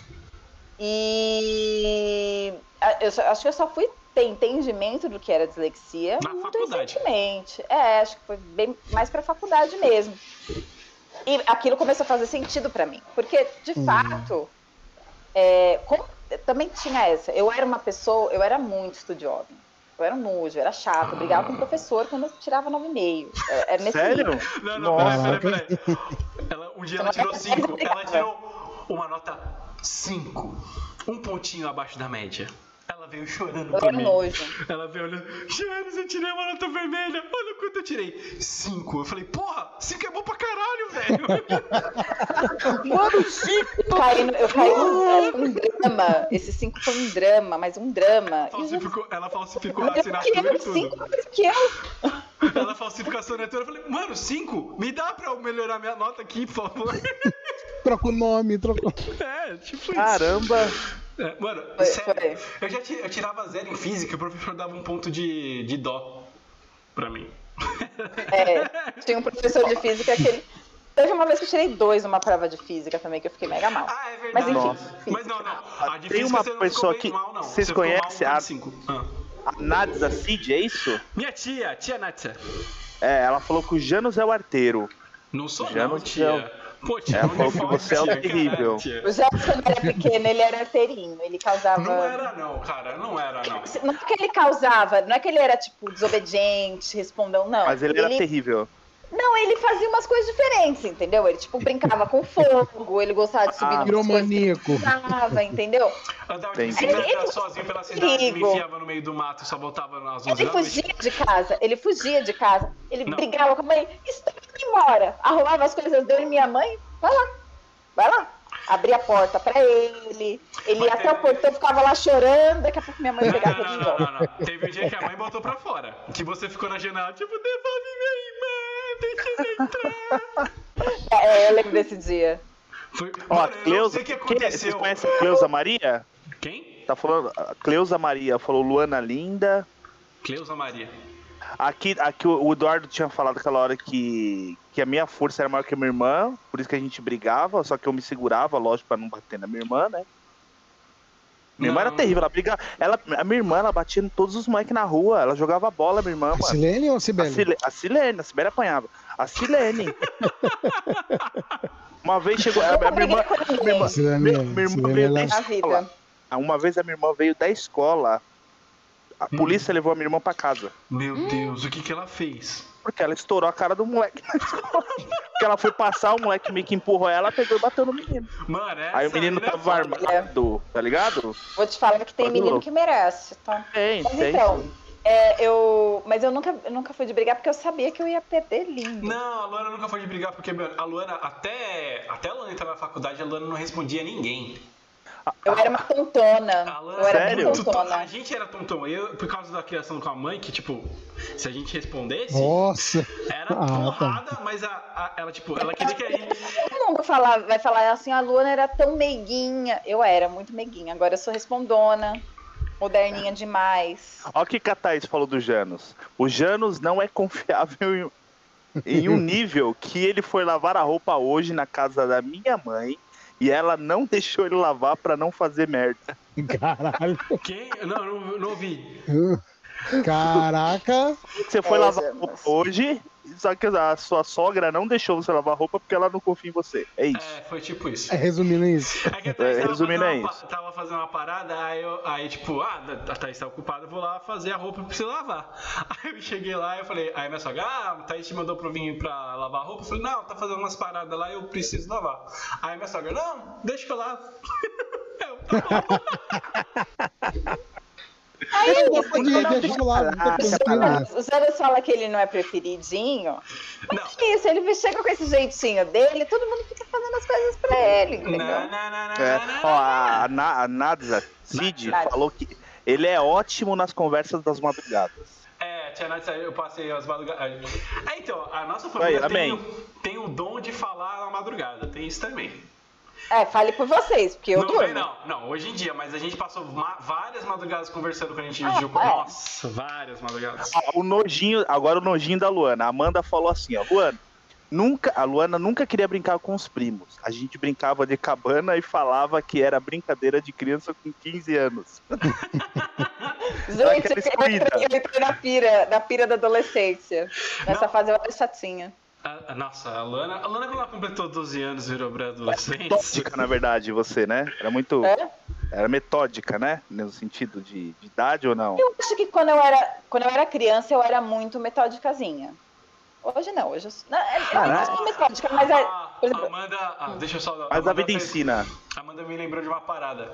E a- eu só- acho que eu só fui ter entendimento do que era dislexia Na muito faculdade. recentemente. É, acho que foi bem mais pra faculdade mesmo. E aquilo começou a fazer sentido pra mim, porque de Hum. fato, é, como- também tinha essa. Eu era uma pessoa, eu era muito estudiosa. Eu era um nojo, eu era chata, eu brigava com Ah. o professor quando eu tirava 9,5. Era era É, nesse nível. Sério? Não, não, peraí, Nossa. peraí, peraí. Ela, um dia ela tirou 5, ela tirou uma nota 5. Um pontinho abaixo da média. Ela veio chorando Eu pra tenho mim. nojo. Ela veio olhando. Giannis, eu tirei uma nota vermelha. Olha quanto eu tirei. Cinco. Eu falei, porra, cinco é bom pra caralho, velho. Mano, cinco! Eu caí, no- eu caí num, num drama. Esse 5 foi um drama, mas um drama. E eu- Falsificou- ela falsificou a mais que assinatura e eu, tudo. cinco mais que eu. Ela falsificou a assinatura. Eu falei, mano, cinco? Me dá pra eu melhorar minha nota aqui, por favor. Troca o nome, troca. É, tipo isso. Caramba! É, mano, Foi, sério, foi. eu já ti- eu tirava zero em física e o professor dava um ponto de, de dó pra mim. É, tinha um professor de física que ele. Teve uma vez que eu tirei dois numa prova de física também, que eu fiquei mega mal. Ah, é verdade. Mas enfim. Nossa. Mas não, não. A de Tem física uma você não pessoa ficou bem que mal, não. vocês Você ficou mal conhecem, a- 1,5. Ah. A Nadza Cid, é isso? Minha tia, tia Natsa. É, ela falou que o Janus é o arteiro. Não sou Já não, não tia. Pô, tia, Ela não me falou que fala, você é tia, terrível. caralho, tia. O Zé, quando era pequeno, ele era arteirinho. Ele causava. Não era não, cara. Não era não. Não é que ele causava, não é que ele era, tipo, desobediente, respondão, não. Mas ele era terrível. Não, ele fazia umas coisas diferentes, entendeu? Ele, tipo, brincava com fogo, ele gostava de subir Ah, ah, Virou maníaco. Brincava, entendeu? Andava de Entendi. Ele- bicicleta ele- sozinho pela cidade, me Perigo. enfiava no meio do mato, só voltava nas 11 Ele da noite. fugia de casa, ele fugia de casa, ele Não. brigava com a mãe, estou indo embora. Arrumava as coisas dele e minha mãe, vai lá, vai lá. Abria a porta pra ele, ele ia Mas até o teve- portão, ficava lá chorando, daqui a pouco Tá minha mãe Não, pegava não, ele não, de volta. não, não, não. Teve um dia que a mãe botou pra fora. Que você ficou na janela, tipo, devolve minha irmã, deixa eu entrar. É, eu lembro desse dia. Foi... Ó, a Mano, eu não Cleusa. sei o que quem é? Vocês aconteceu. conhecem a Cleusa Maria? Quem? Tá falando. A Cleusa Maria falou Luana Linda. Cleusa Maria. Aqui, aqui o o Eduardo tinha falado aquela hora que, que a minha força era maior que a minha irmã, por isso que a gente brigava, só que eu me segurava, lógico, pra não bater na minha irmã, né? Minha irmã era Não. terrível, ela brigava. Ela, a minha irmã, ela batia em todos os moleques na rua, ela jogava bola, minha irmã, A mano. Silene ou a A, Sibeli? Sile- a Silene, a Sibeli apanhava. A Silene. uma vez chegou. A, Nunca a minha irmã, briguei com minha irmã, ninguém Silene, minha- minha irmã Silene, veio da ela- na vida. escola. Ah, Uma vez a minha irmã veio da escola. A polícia levou a minha irmã pra casa. Hum. Meu Deus, o que que ela fez? Porque ela estourou a cara do moleque na escola. Porque ela foi passar, o moleque meio que empurrou ela, pegou e bateu no menino. Mano, essa Aí o menino era tava foda. armado, tá ligado? Vou te falar que tem Olha o menino louco. que merece, tá? Tem, Mas tem. então, é, eu. Mas eu nunca, eu nunca fui de brigar porque eu sabia que eu ia perder lindo. Não, a Luana nunca foi de brigar, porque mano, a Luana, até, até a Luana entrar na faculdade, a Luana não respondia ninguém. Eu era uma tontona. A Luana Eu era sério? bem muito to- A tontona. gente era tontão. Eu, por causa da criação com a mãe, que, tipo, se a gente respondesse, Nossa. era Ah, tá. porrada, mas a, a- ela, tipo, ela queria que a gente. Todo mundo fala- vai Tá falar assim, a Luana era tão meiguinha. Eu era muito meiguinha. Agora eu sou respondona, moderninha demais. Olha o que que a Thaís falou do Janus. O Janus não é confiável em, em um nível que ele foi lavar a roupa hoje na casa da minha mãe e ela não deixou ele lavar pra não fazer merda. Caralho. Quem? Não, não, não ouvi. Caraca. Você foi É, lavar Janus. roupa hoje, só que a sua sogra não deixou você lavar a roupa porque ela não confia em você. É isso. É, foi tipo isso. É, resumindo isso. É que a Thaís É, tava resumindo, fazendo é uma, pa- isso. tava fazendo uma parada, aí, eu- aí, tipo, ah, a Thaís tá ocupada, eu vou lá fazer a roupa pra você lavar. Aí eu cheguei lá eu falei, aí minha sogra, ah, a Thaís te mandou pra eu vir pra lavar a roupa. Eu falei, não, tá fazendo umas paradas lá, eu preciso lavar. Aí minha sogra, não, deixa que eu lavo. Eu, tá bom. Aí Eu eu gosto de- disse, deixa eu lá, não tem Caraca, problema. o Zanas fala que ele não é preferidinho. Não. Mas que isso, ele chega com esse jeitinho dele, todo mundo fica fazendo as coisas pra ele, entendeu? Não, não, não, não, É, não, ó, não. a, a, Na- a Nadza Cid Nadza. falou que ele é ótimo nas conversas das madrugadas. É, Tia Nath, eu passei as madrugadas. Ah, então, a nossa família Aí, tem, amém. o- tem o dom de falar na madrugada, tem isso também. É, fale por vocês, porque eu não, durmo. vem, não, não, hoje em dia, mas a gente passou ma- várias madrugadas conversando quando a gente Ah, dividiu com. é. Nossa, várias madrugadas. Ah, O nojinho, agora o nojinho da Luana. A Amanda falou assim, ó, Luana, nunca, a Luana nunca queria brincar com os primos. A gente brincava de cabana e falava que era brincadeira de criança com 15 anos. Gente, aquela ele excluída. entrou- ele entrou na pira, na pira da adolescência. Nessa Não. fase eu era chatinha. A- a- Ah, nossa, a Lana, a Lana quando ela completou 12 anos virou pré-adolescente. Metódica, na verdade, você, né? Era muito. É? Era metódica, né? No sentido de, de idade ou não? Eu acho que quando eu, era, quando eu era criança, eu era muito metódicazinha. Hoje não, hoje eu. Não, é, é ah, uma escótica, mas é. Por exemplo, Amanda. ah, deixa eu só. Mas Amanda a vida fez- ensina. Amanda me lembrou de uma parada.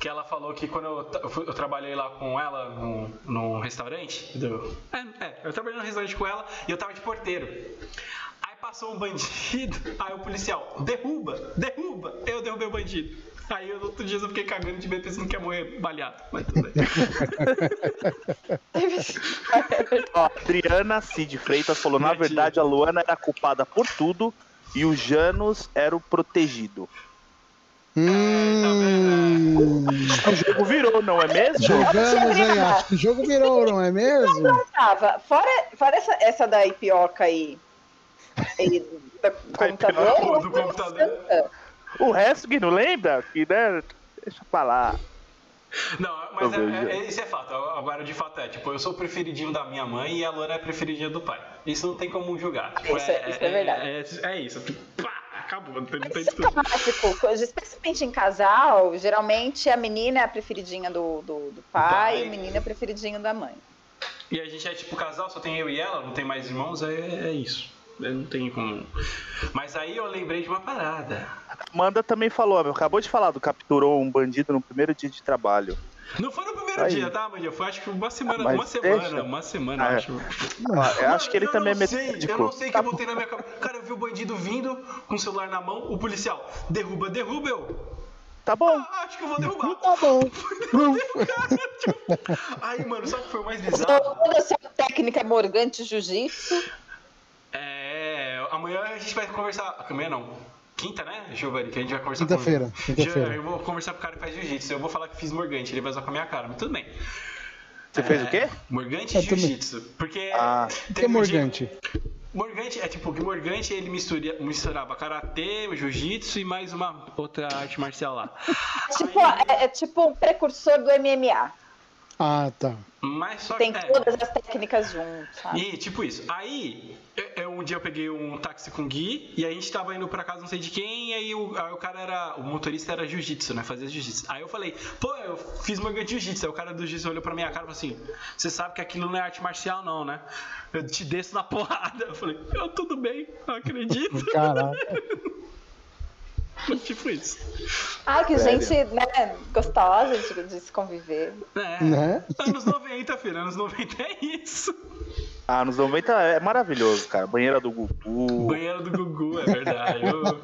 Que ela falou que quando eu, tra- eu fui- eu trabalhei lá com ela num, num restaurante. do- É, é, eu trabalhei num restaurante com ela e eu tava de porteiro. Aí passou um bandido, aí o policial, derruba, derruba. Eu derrubei o bandido. Aí eu, no outro dia eu fiquei cagando de medo pensando que ia morrer baleado. Mas tudo bem. Ó, Adriana Cid Freitas falou: na Minha tia. verdade, a Luana era culpada por tudo e o Janus era o protegido. Hum, O jogo virou, não é mesmo? jogamos aí, acho que o jogo virou, não é mesmo? tava. Fora, fora essa, essa da ipioca aí. aí do computador. do outra computador. santa. O resto que não lembra? Que, né? Deixa pra lá. Não, mas é, Talvez, é- é. é- isso é fato. Agora, de fato, é tipo, eu sou o preferidinho da minha mãe e a Lorena é a preferidinha do pai. Isso não tem como julgar. Tipo, Isso é- isso é verdade. É, é isso. Tipo, pá, acabou. Não tem, não tem Isso é discussão. clássico, coisa- especialmente em casal, geralmente a menina é a preferidinha do, do, do pai Pai. e o menino é o preferidinho da mãe. E a gente é tipo casal, só tem eu e ela, não tem mais irmãos, é, é isso. É, Não tem como. Mas aí eu lembrei de uma parada. Amanda também falou, meu, acabou de falar do capturou um bandido no primeiro dia de trabalho. Não foi no primeiro Aí. dia, tá, Mandia? Foi acho que uma semana, mas uma semana, deixa. uma semana, Ah, é. acho. Eu acho que ele eu também é não sei, Eu metódico. não sei o que eu botei na minha cabeça. Cara, eu vi o bandido vindo com o celular na mão, o policial, derruba, derruba eu. Tá bom. Ah, acho que eu vou derrubar. Tipo, Tá bom. Aí, mano, sabe o que foi o mais Só bizarro? toda essa técnica é morgante jiu-jitsu. É. Amanhã a gente vai conversar. Amanhã não. Quinta, né, Giovanni? Que a gente vai conversar Quinta-feira, com quinta-feira. Ju- Eu vou conversar com o cara que faz jiu-jitsu. Eu vou falar que fiz morgante, ele vai usar com a minha cara, mas tudo bem. É, Você fez o quê? Morgante e Eu É, também. jiu-jitsu. Porque. Ah, O que é teve um dia- morgante? Morgante é tipo que Morgante ele mistura, misturava karatê, jiu-jitsu e mais uma outra arte marcial lá. Tipo, é, é tipo um precursor do MMA. Ah, tá. Mas só que. é, Tem todas as técnicas junto, sabe? E tipo isso. Aí, eu, eu- um dia eu peguei um táxi com o Gui, e aí a gente tava indo pra casa não sei de quem, e aí o, aí o cara era. O motorista era jiu-jitsu, né? Fazia jiu-jitsu. Aí eu falei, pô, eu fiz morgante de jiu-jitsu. Aí o cara do jiu-jitsu olhou pra minha cara e falou assim: você sabe que aquilo não é arte marcial, não, né? Eu te desço na porrada. Eu falei, eu tudo bem, não acredito. Caraca. tipo isso. Ai, que Sério? gente né, gostosa de, de se conviver. É. Né? Anos 90, filho, anos 90 é isso. Ah, nos 90 é maravilhoso, cara. Banheira do Gugu. Banheiro do Gugu, é verdade. Eu-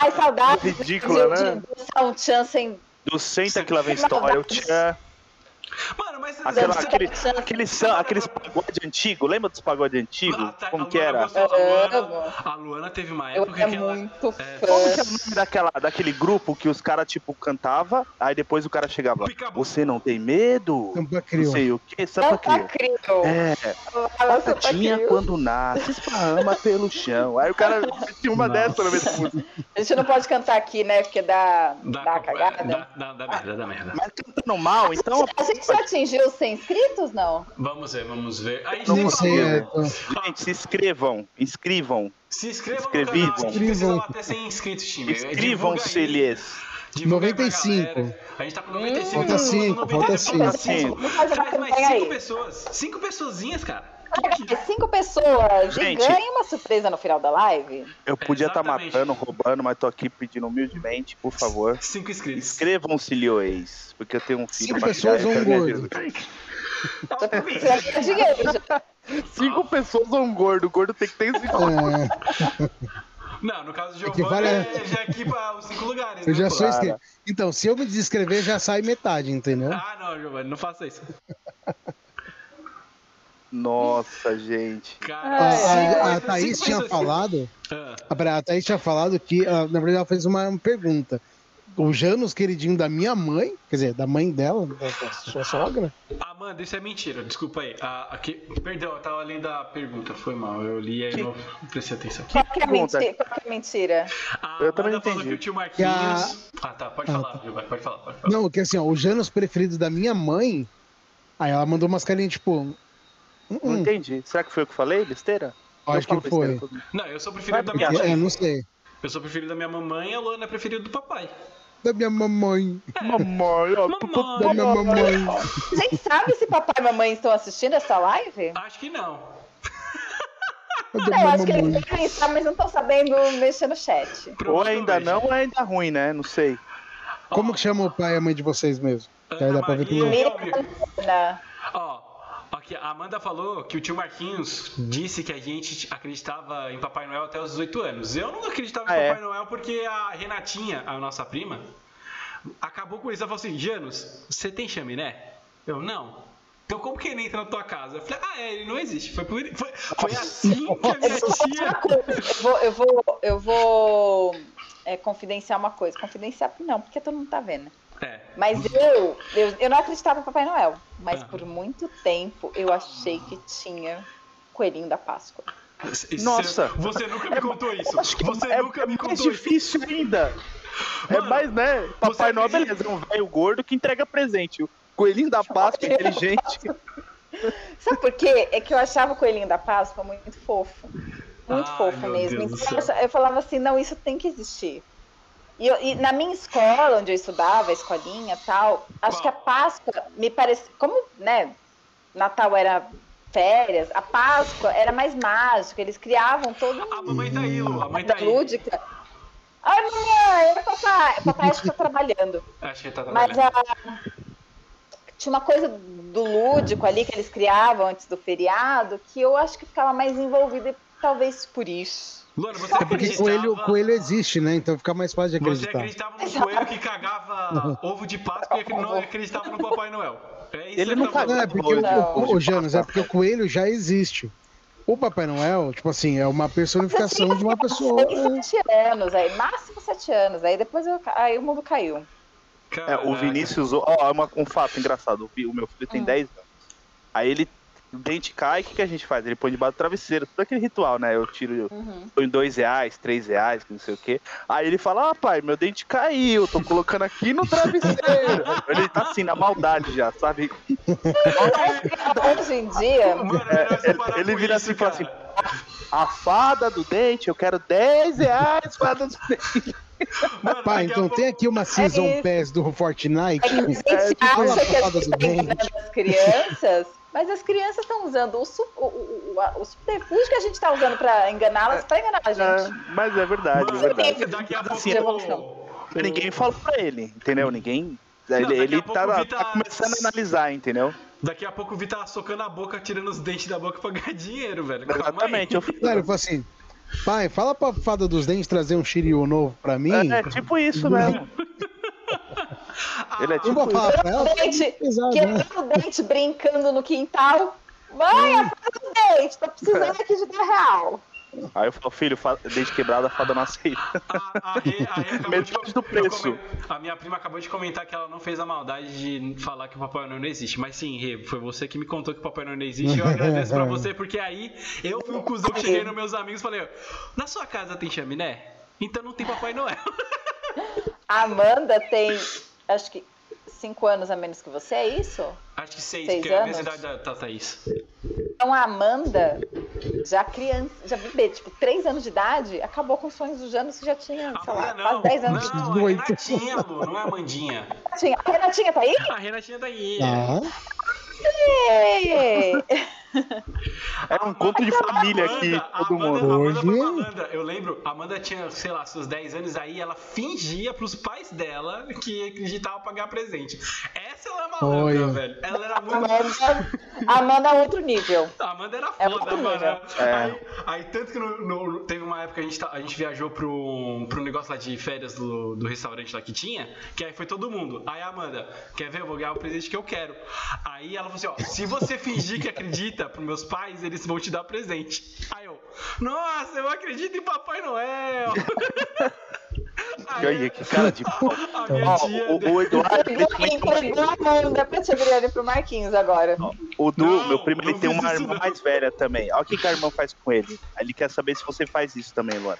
Ai, saudade Ridícula, de, né? de dançar um chance em Do Senta que lá vem história. O Tchan. Mano, mas. Aquela, Dança- aquele, aquele, sa- aqueles pagode antigo. Lembra dos pagode antigo? Ah, tá, a Como que Luana era? gostou, a, É, Luana, Amo. a Luana teve uma Eu época era que ela. é muito Como que é fã. o nome daquela, daquele grupo que os caras, tipo, cantava, aí depois o cara chegava. Picabu. Você não tem medo? Tampa Não criou. sei o que, Não Sampa tá Crio. incrível. É, batatinha quando nasce, esparrama pelo chão. Aí o cara tinha uma Nossa. dessa na mesma música. A gente não pode cantar aqui, né? Porque dá, Da, dá, cagada. Da, da- da merda, da merda. Mas cantando mal, então. A gente já atingiu os 100 inscritos, não? Vamos ver, vamos ver. A gente Não nem sei, falou. é, tô- Ah, Gente, se inscrevam, inscrevam, se inscrevam no inscrevido. canal, a gente precisa Inscrevam. bater 100 inscritos, time. inscrevam-se, eles. Divulga aí pra 95. galera. A gente tá com 95. Falta cinco, falta cinco. Vamos fazer uma Traz mais campanha 5 aí. pessoas. 5 pessoazinhas, cara. Paga Cinco pessoas e Gente. ganha uma surpresa no final da live. Eu podia estar Exatamente. matando, roubando, mas tô aqui pedindo humildemente, por favor. 5 inscritos. Inscrevam-se, Lioês, porque eu tenho um filho Cinco pra pessoas, criar, eu quero um gordo. minha vida. Tá um Você vai ganhar dinheiro. já. Cinco pessoas, um gordo. O gordo tem que ter cinco. É, Não, no caso do que Giovanni, vale- é, já aqui para os 5 lugares. eu né, já pô? sou inscrito. Então, se eu me descrever, já sai metade, entendeu? Ah, não, Giovanni, não faça isso. Nossa, gente. Ah, A, Cara, a, a cinco- Thaís cinco tinha pessoas- falado. Ah. A Bra- a Thaís tinha falado que, ah, na verdade, ela fez uma uma pergunta. O Janus, queridinho da minha mãe, quer dizer, da mãe dela, da da sua sogra, Amanda, isso é mentira, desculpa aí. A- a que- Perdão, eu tava lendo a pergunta, foi mal. Eu li aí Que- não não prestei atenção. Qual que é pergunta? mentira? Qual que é mentira? A Eu Amanda também não falou entendi. que o tio Marquinhos. Ah, tá, pode Ah, falar, Gil, vai, pode falar, pode falar. Não, que assim, ó, o Janus preferido da minha mãe. Aí ela mandou umas carinhas, tipo. "Hum, Não hum, entendi. Será que foi eu que falei? Besteira? Eu acho falo que foi. besteira todo dia. Não, eu sou preferido da Vai, minha porque- mãe. É, não sei. Eu sou preferido da minha mamãe e a Luana é preferida do papai. Da minha mamãe. Mamãe, ó. tu- tu- Da Mamãe. minha mamãe. A gente sabe se papai e mamãe estão assistindo essa live? Acho que não. Ah, Eu acho que eles têm que pensar, mas não estão sabendo mexer no chat. Ou ainda não, ou ainda ruim, né? Não sei. Como que chama o pai e a mãe de vocês mesmo? Que aí dá pra ver pelo... Maria. é Miriam óbvio. Santana. Ó, aqui, a Amanda falou que o tio Marquinhos disse que a gente acreditava em Papai Noel até os 18 anos. Eu não acreditava Ah, em é? Papai Noel porque a Renatinha, a nossa prima, acabou com isso. Ela falou assim: Janos, você tem chaminé? Eu, não. Então como que ele entra na tua casa? Eu falei, ah, é, ele não existe. Foi, por- foi- foi assim que a minha Eu vou falar tia. uma coisa, eu vou, eu vou, eu vou é, confidenciar uma coisa. Confidenciar não, porque todo mundo tá vendo. É. Mas eu, eu, eu não acreditava em Papai Noel. Mas Ah. por muito tempo eu achei que tinha coelhinho da Páscoa. Você- Nossa. Você nunca me contou isso. Acho que Você é, nunca me é mais contou isso. difícil ainda. Mano, é mais, né? Papai Noel, acredita? beleza, é um velho gordo que entrega presente. O coelhinho da Páscoa, inteligente. Sabe por quê? É que eu achava o coelhinho da Páscoa muito fofo. Muito Ai, fofo meu mesmo. Deus do Então, céu. eu- eu falava assim, não, isso tem que existir. E, eu- e na minha escola, onde eu estudava, a escolinha e tal, acho Qual? que a Páscoa me parecia. Como, né, Natal era férias, a Páscoa era mais mágica, eles criavam todo A mamãe tá aí, Lu. A mãe uma tá da aí. lúdica. Ai, mamãe, é o papai. O papai acho que tá trabalhando. Acho que tá Mas é trabalhando. a... tinha uma coisa do lúdico ali que eles criavam antes do feriado que eu acho que ficava mais envolvida, e talvez por isso. Luana, você É porque acreditava... coelho, coelho existe, né? Então fica mais fácil de Você acreditar. acreditava no coelho que cagava ovo de Páscoa e que não acreditava no Papai Noel. É isso Ele que não tá caga- Não, falando. é porque o, Não. o, o Janus, é porque o coelho já existe. O Papai Noel, tipo assim, é uma personificação de uma pessoa. Seis, sete anos, aí, máximo sete anos. Aí depois eu ca- aí o mundo caiu. É, o Caraca. Vinícius, ó, é uma- um fato engraçado. O Fi- O meu filho tem Hum. 10 anos. Aí ele, o dente cai, o que, que a gente faz? Ele põe debaixo do travesseiro, todo aquele ritual, né? Eu tiro, eu Uhum. põe dois reais, três reais, que não sei o quê. Aí ele fala, ah, pai, meu dente caiu, tô colocando aqui no travesseiro. ele tá assim, na maldade já, sabe? Então, Hoje em dia, Mano, é melhor você parar ele com vira isso, assim e fala cara. A fada do dente, eu quero 10 reais, fada do dente. Mano, daqui Pai, a então pouco- é tem aqui uma Season isso. Pass do Fortnite. é a gente fala acha que a gente palavras do tá dente. enganando as crianças, mas as crianças estão usando o, su- o, o, o, a- o subterfúgio que a gente está usando para enganá-las, para enganar a gente. É, mas é verdade, é Mano, verdade. Daqui a Mas pouco... assim, Ninguém fala pra ele, entendeu? Ninguém. daqui Ele, a ele pouco tá, o Vi tá- tá começando a analisar, entendeu? Daqui a pouco o Vi tá socando a boca, tirando os dentes da boca pra ganhar dinheiro, velho. Calma aí. Exatamente. Eu fico- Claro, ele falou assim: pai, fala pra fada dos dentes trazer um Shiryu novo pra mim. é, é tipo isso mesmo. Ele é Ah, Eu tipo vou isso. falar pra ela. Dente, Exato, né? quebrando o dente, brincando no quintal. Mãe, apaga o dente, tô precisando aqui de dar real. Aí eu falo, filho, fa- dente quebrado, a fada não aceita. A, a, Rê- a, Rê acabou de Metade do eu preço. come- a minha prima acabou de comentar que ela não fez a maldade de falar que o Papai Noel não existe. Mas sim, Rê, foi você que me contou que o Papai Noel não existe. Eu agradeço pra você, porque aí eu fui o cuzão que cheguei nos meus amigos e falei: ó, Na sua casa tem chaminé? Então não tem Papai Noel. A Amanda tem, acho que, cinco anos a menos que você, é isso? Acho que seis, Seis porque é a anos? mesma idade da, da Thaís. Então a Amanda, já criança, já bebê, tipo, três anos de idade, acabou com os sonhos do Janus que já tinha, A sei lá, Amanda quase Ah, não. dez anos Não, de a Dezoito. Renatinha, amor, não é a Mandinha. idade. A Renatinha tá aí? A Renatinha tá aí. Ah, Ê! Era um encontro de família aqui, Amanda, todo Amanda, mundo. Amanda foi Hoje- malandra. Eu lembro, a Amanda tinha, sei lá, seus 10 anos aí, ela fingia pros pais dela que acreditava pagar presente. Essa ela é malandra, Olha. velho. Ela era A muito. Amanda, a Amanda é outro nível. A Amanda Ah, era É foda, muito mano. ninja. É. Aí, aí, tanto que no- no- teve uma época que a gente, tá- a gente viajou pro, pro negócio lá de férias do, do restaurante lá que tinha, que aí foi todo mundo. Aí a Amanda, quer ver? Eu vou ganhar o presente que eu quero. Aí ela falou assim: ó, se você fingir que acredita pros meus pais, eles vão te dar presente. Aí eu, nossa, eu acredito em Papai Noel. E aí, que cara de pau. a minha Ó, tia. o, o Eduardo, ele também tem um Entregou a Amanda pra Tibriane e pro Marquinhos agora. O Du, Não, meu primo, ele não tem fiz uma isso irmã não. mais velha também. Olha o que que a irmã faz com ele. Ele quer saber se você faz isso também, Luana.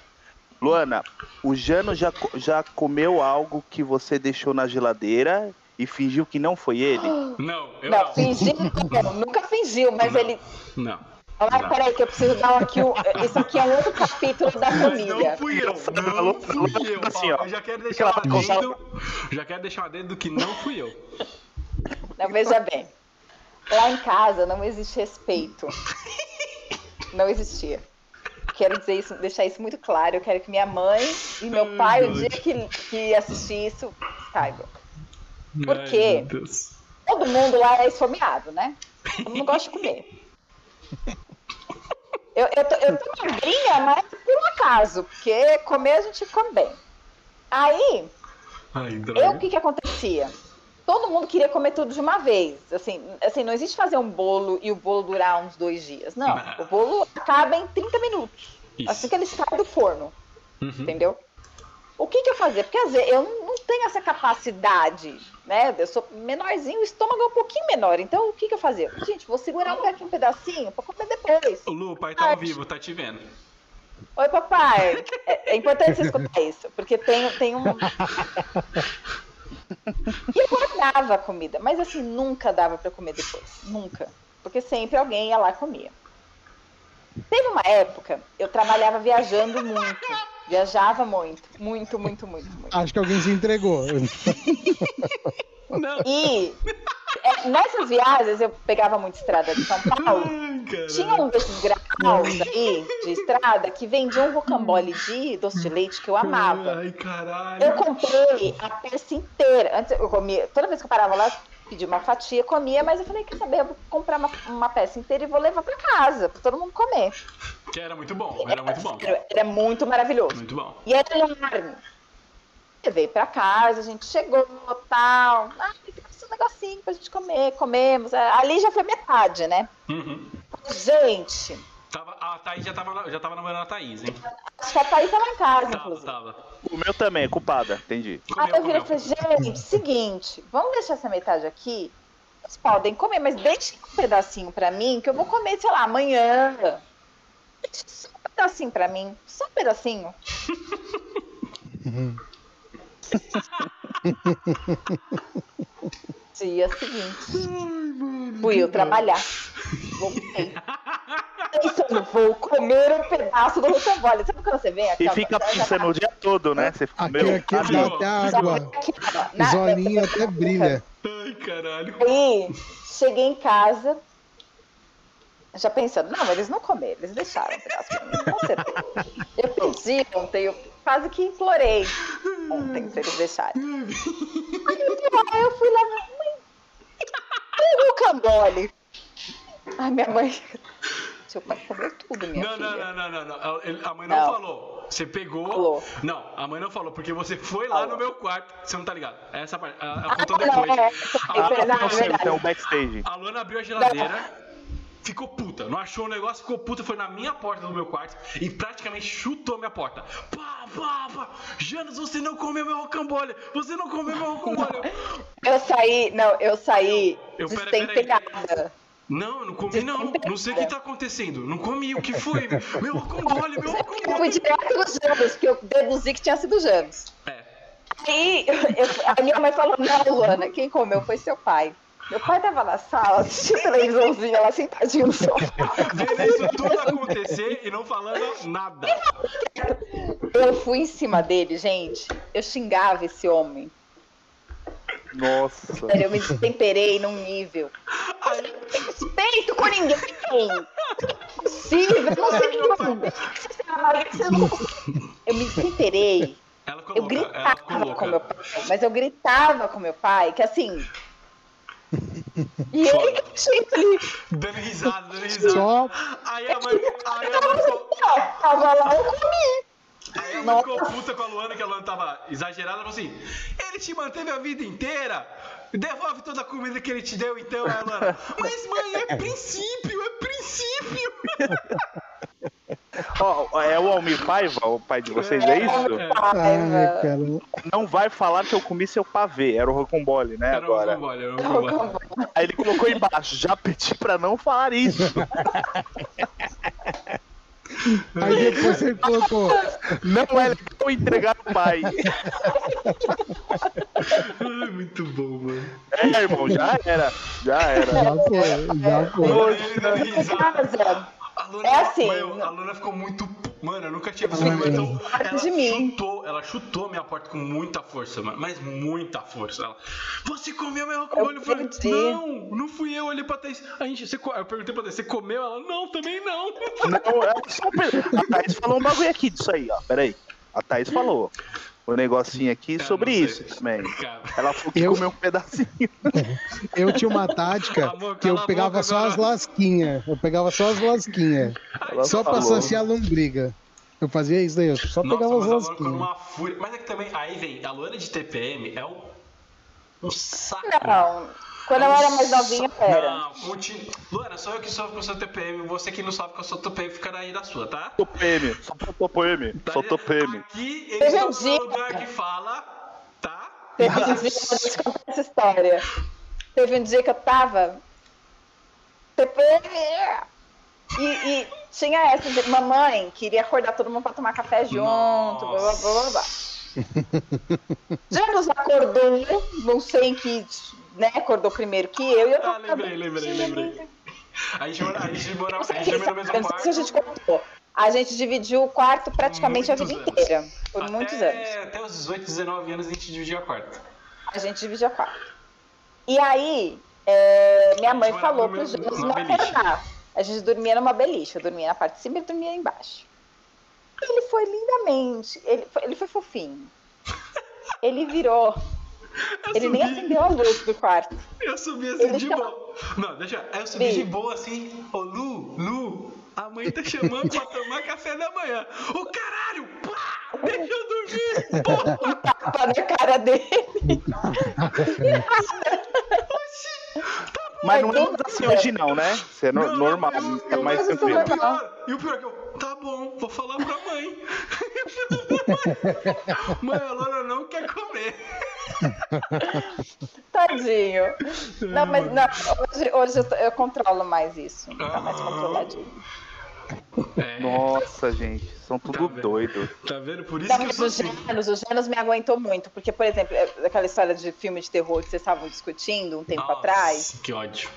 Luana, o Jano já, co- já comeu algo que você deixou na geladeira e fingiu que não foi ele? Não, eu Não, não. fingiu, não, nunca fingiu, mas Não. ele. Não. Ai, Não. peraí, que eu preciso dar aqui. o- Isso aqui é um outro capítulo da Mas não família. fui eu, não falou- falou fui eu. assim, tipo ó. ó. eu já quero Ela deixar tá um contando- adendo, já quero deixar um adendo do que não fui eu. Não, veja bem. Lá em casa não existe respeito. Não existia. quero dizer isso, deixar isso muito claro. Eu quero que minha mãe e Hum, meu pai, o dia que, que assistir isso, saibam. Por Ai, quê? meu Deus. Todo mundo lá é esfomeado, né? Todo mundo gosta de comer. Eu, eu, tô, eu tô magrinha, mas por um acaso, porque comer a gente come bem. Aí, Ai, eu, o droga. que que acontecia? Todo mundo queria comer tudo de uma vez. Assim, assim, não existe fazer um bolo e o bolo durar uns dois dias. Não, Não. o bolo acaba em 30 minutos. Isso. Assim que ele sai do forno, Uhum. entendeu? O que que eu fazia? Porque às vezes eu não tenho essa capacidade, né? Eu sou menorzinho, o estômago é um pouquinho menor. Então, o que que eu fazia? Gente, vou segurar um daqui um pedacinho pra comer depois. Lu, o pai tá ao Ai, vivo, tá te vendo. Oi, papai. É, é importante você escutar isso, porque tem, tem um. E eu guardava a comida, mas assim, nunca dava pra comer depois. Nunca. Porque sempre alguém ia lá e comia. Teve uma época, eu trabalhava viajando muito. Viajava muito, muito, muito, muito, muito. Acho que alguém se entregou. Não. E é, nessas viagens eu pegava muito estrada de São Paulo. Ai, cara. Tinha um desses graus aí de estrada que vendia um rocambole de doce de leite que eu amava. Ai, caralho. Eu comprei a peça inteira. Antes eu comia, toda vez que eu parava lá, pedia uma fatia, comia, mas eu falei, quer saber, eu vou comprar uma, uma peça inteira e vou levar pra casa, pra todo mundo comer. Que era muito bom, era muito bom. Sério, Era muito maravilhoso. Muito bom. E era enorme. Levei pra casa, a gente chegou no tal. Ah, tem um negocinho pra gente comer, comemos. É, Ali já foi metade, né? Uhum. Gente, Tava, a Thaís já tava, já tava namorando a Thaís, hein? acho que a Thaís tá lá em casa, Tava, inclusive. tava. O meu também, é culpada, entendi. Aí Comeu, eu virei e comeu. falei, gente, seguinte, vamos deixar essa metade aqui. Vocês podem comer, mas deixem um pedacinho pra mim, que eu vou comer, sei lá, amanhã. Deixa só um pedacinho pra mim, só um pedacinho. Dia seguinte. Fui eu trabalhar. Voltei. Isso, eu não vou comer um pedaço do rocambole. Sabe quando você vem aqui? E ó, fica Tá então já- já- pensando o dia todo, né? Você fica, Aqui, meu, aqui tá meu. bom. dá até água. Os olhinhos até brilha. Ai, caralho. Aí, cheguei em casa, já pensando, não, eles não comeram, eles deixaram um pedaço pra mim, com certeza. Eu pedi ontem, eu quase que implorei ontem pra eles deixarem. Aí eu fui lá, eu fui lá, mãe, pega o cambole. Ai, minha mãe, seu pai comeu tudo, minha Não, filha. não, não, não, não, não. Ele- A mãe não, Não. falou. Você pegou. Falou. Não, a mãe não falou, porque você foi lá Falou. no meu quarto. Você não tá ligado. Essa parte. Ela Ah, contou não, depois. é, Ah, é, não, não, é verdade. Então, backstage. A Luana abriu a geladeira, ficou puta, não achou o negócio, ficou puta, foi na minha porta do meu quarto e praticamente chutou a minha porta. Pá, pá, pá. Janos, você não comeu meu rocambole! Você não comeu meu rocambole! Eu saí, não, eu saí Eu- pera- pera aí. destemperada. Não, eu não comi não. Não sei o que tá acontecendo. Não comi, o que foi? Meu rocambole, meu Eu fui rocambole! direto dos James, porque eu deduzi que tinha sido James. É. Aí eu- eu- a minha mãe falou: Não, Luana, quem comeu foi seu pai. Meu pai tava na sala, assistiu televisãozinha lá sentadinho no sofá. Vendo isso tudo acontecer e não falando nada. Eu fui em cima dele, gente. Eu xingava esse homem. Nossa. Sério, eu me destemperei num nível. Aí, Não tem respeito com ninguém. Impossível, eu não sei Meu pai. como. Por que você é amarga? Por que você não consegue? Eu me destemperei. ela ficou Eu louca, ela ficou gritava com meu louca. pai, mas eu gritava com meu pai, que assim. E ele quietinho ali, Dando risada, dando risada. Só Aí a mãe, aí a mãe ficou, ó, assim, tava lá, eu comi. Aí ela Nossa. ficou puta com a Luana, que a Luana tava exagerada, ela falou assim: ele te manteve a vida inteira, devolve toda a comida que ele te deu, então, aí a Luana. Mas, mãe, é princípio, é princípio! Ó, é o Almir Paiva, o pai de vocês, é isso? É. Ai, Raiva. cara. Não vai falar que eu comi seu pavê, era o rocambole, né, Era um agora. rocambole, era um Eu rocambole. comi. Aí ele colocou embaixo, já pedi pra não falar isso. Aí depois você colocou. Não é legal entregar o pai. Ai, Muito bom, mano. É, irmão, já era, já era. Já foi, já foi. Mano, ele dando risada. Casa. A Luana, É assim, mãe, a não- Luana ficou muito, pu- Mano, eu nunca tinha visto minha mãe tão. Ela de mim. chutou, ela chutou minha porta com muita força, mano. Mas muita força. Ela. Você comeu meu alcoólio? Eu falei, perdi. não, não fui eu, eu olhei pra Thaís. A gente, você, co- eu perguntei pra Thaís, você comeu? Ela, não, também não. Não, ela só per- A Thaís falou um bagulho aqui disso aí, ó. Peraí. A Thaís falou um negocinho aqui Cara, sobre não sei. isso também. Cara, Ela falou que Eu- comeu um pedacinho. Eu tinha uma tática Amor, que eu cala a pegava boca só agora. as lasquinhas. Eu pegava só as lasquinhas. Ela Só pra falou. saciar a lombriga. Eu fazia isso daí, eu só Nossa, pegava mas as a Luana com lasquinhas. uma fúria. Mas é que também, aí vem, a Luana de TPM é um, um saco. É um Não. Quando eu era mais novinha, era. Não, continu... Luana, sou eu que sofro com a sua TPM. Você que não sofre com a sua TPM fica aí na sua, tá? Soltou PM. Soltou PM. Tá Soltou PM. Aqui eles Teve um estão no dia- lugar é que fala, tá? Teve um dia, eu vou te contar essa história. Teve um dia que eu tava. TPM! E, e tinha essa de mamãe, queria acordar todo mundo pra tomar café junto, blá blá blá blá, blá. Já nos acordou, não sei em que. Né, acordou primeiro que eu e eu Ah, tava. lembrei, lembrei, É, lembrei. A gente mora, a gente mora, a Não sei gente se dorme no mesmo não sei se a gente quarto. contou. A gente dividiu o quarto praticamente a Muitos vida anos. inteira. Por muitos anos. É, até, até os 18, 19 anos a gente dividia quarto. A gente dividia quatro. E aí, é, minha mãe Morava falou no pros mesmo- meninos numa não beliche. acordar. A gente dormia numa beliche. Eu dormia na parte de cima e ele dormia embaixo. Ele foi lindamente. Ele foi, ele foi fofinho. Ele virou. Eu Ele nem subi, acendeu a luz do quarto. eu subi assim Ele de chama- boa. Não, deixa. Aí eu subi Bi. de boa assim. Ô Lu, Lu, a mãe tá chamando pra tomar café da manhã. Ô caralho, pá, deixa eu dormir, porra. Tapa na cara dele. Mas Ai, não Deus é assim do céu. hoje não, né? Isso é no- Não, normal, eu- eu- tá eu- mais mas o tranquilo. pior- E o pior é que eu, tá bom, vou falar pra mãe. mãe, a Lona não quer comer. Tadinho. Não, mas não, hoje, hoje eu, tô- eu controlo mais isso. Tá mais Ah. controladinho. É, Nossa, gente, são tudo Tá vendo? doido. tá vendo? Por isso Não, que eu mas sou os assim. Genos, os Genos me aguentou muito, porque, por exemplo, é- aquela história de filme de terror que vocês estavam discutindo um tempo Nossa, atrás, Que ódio.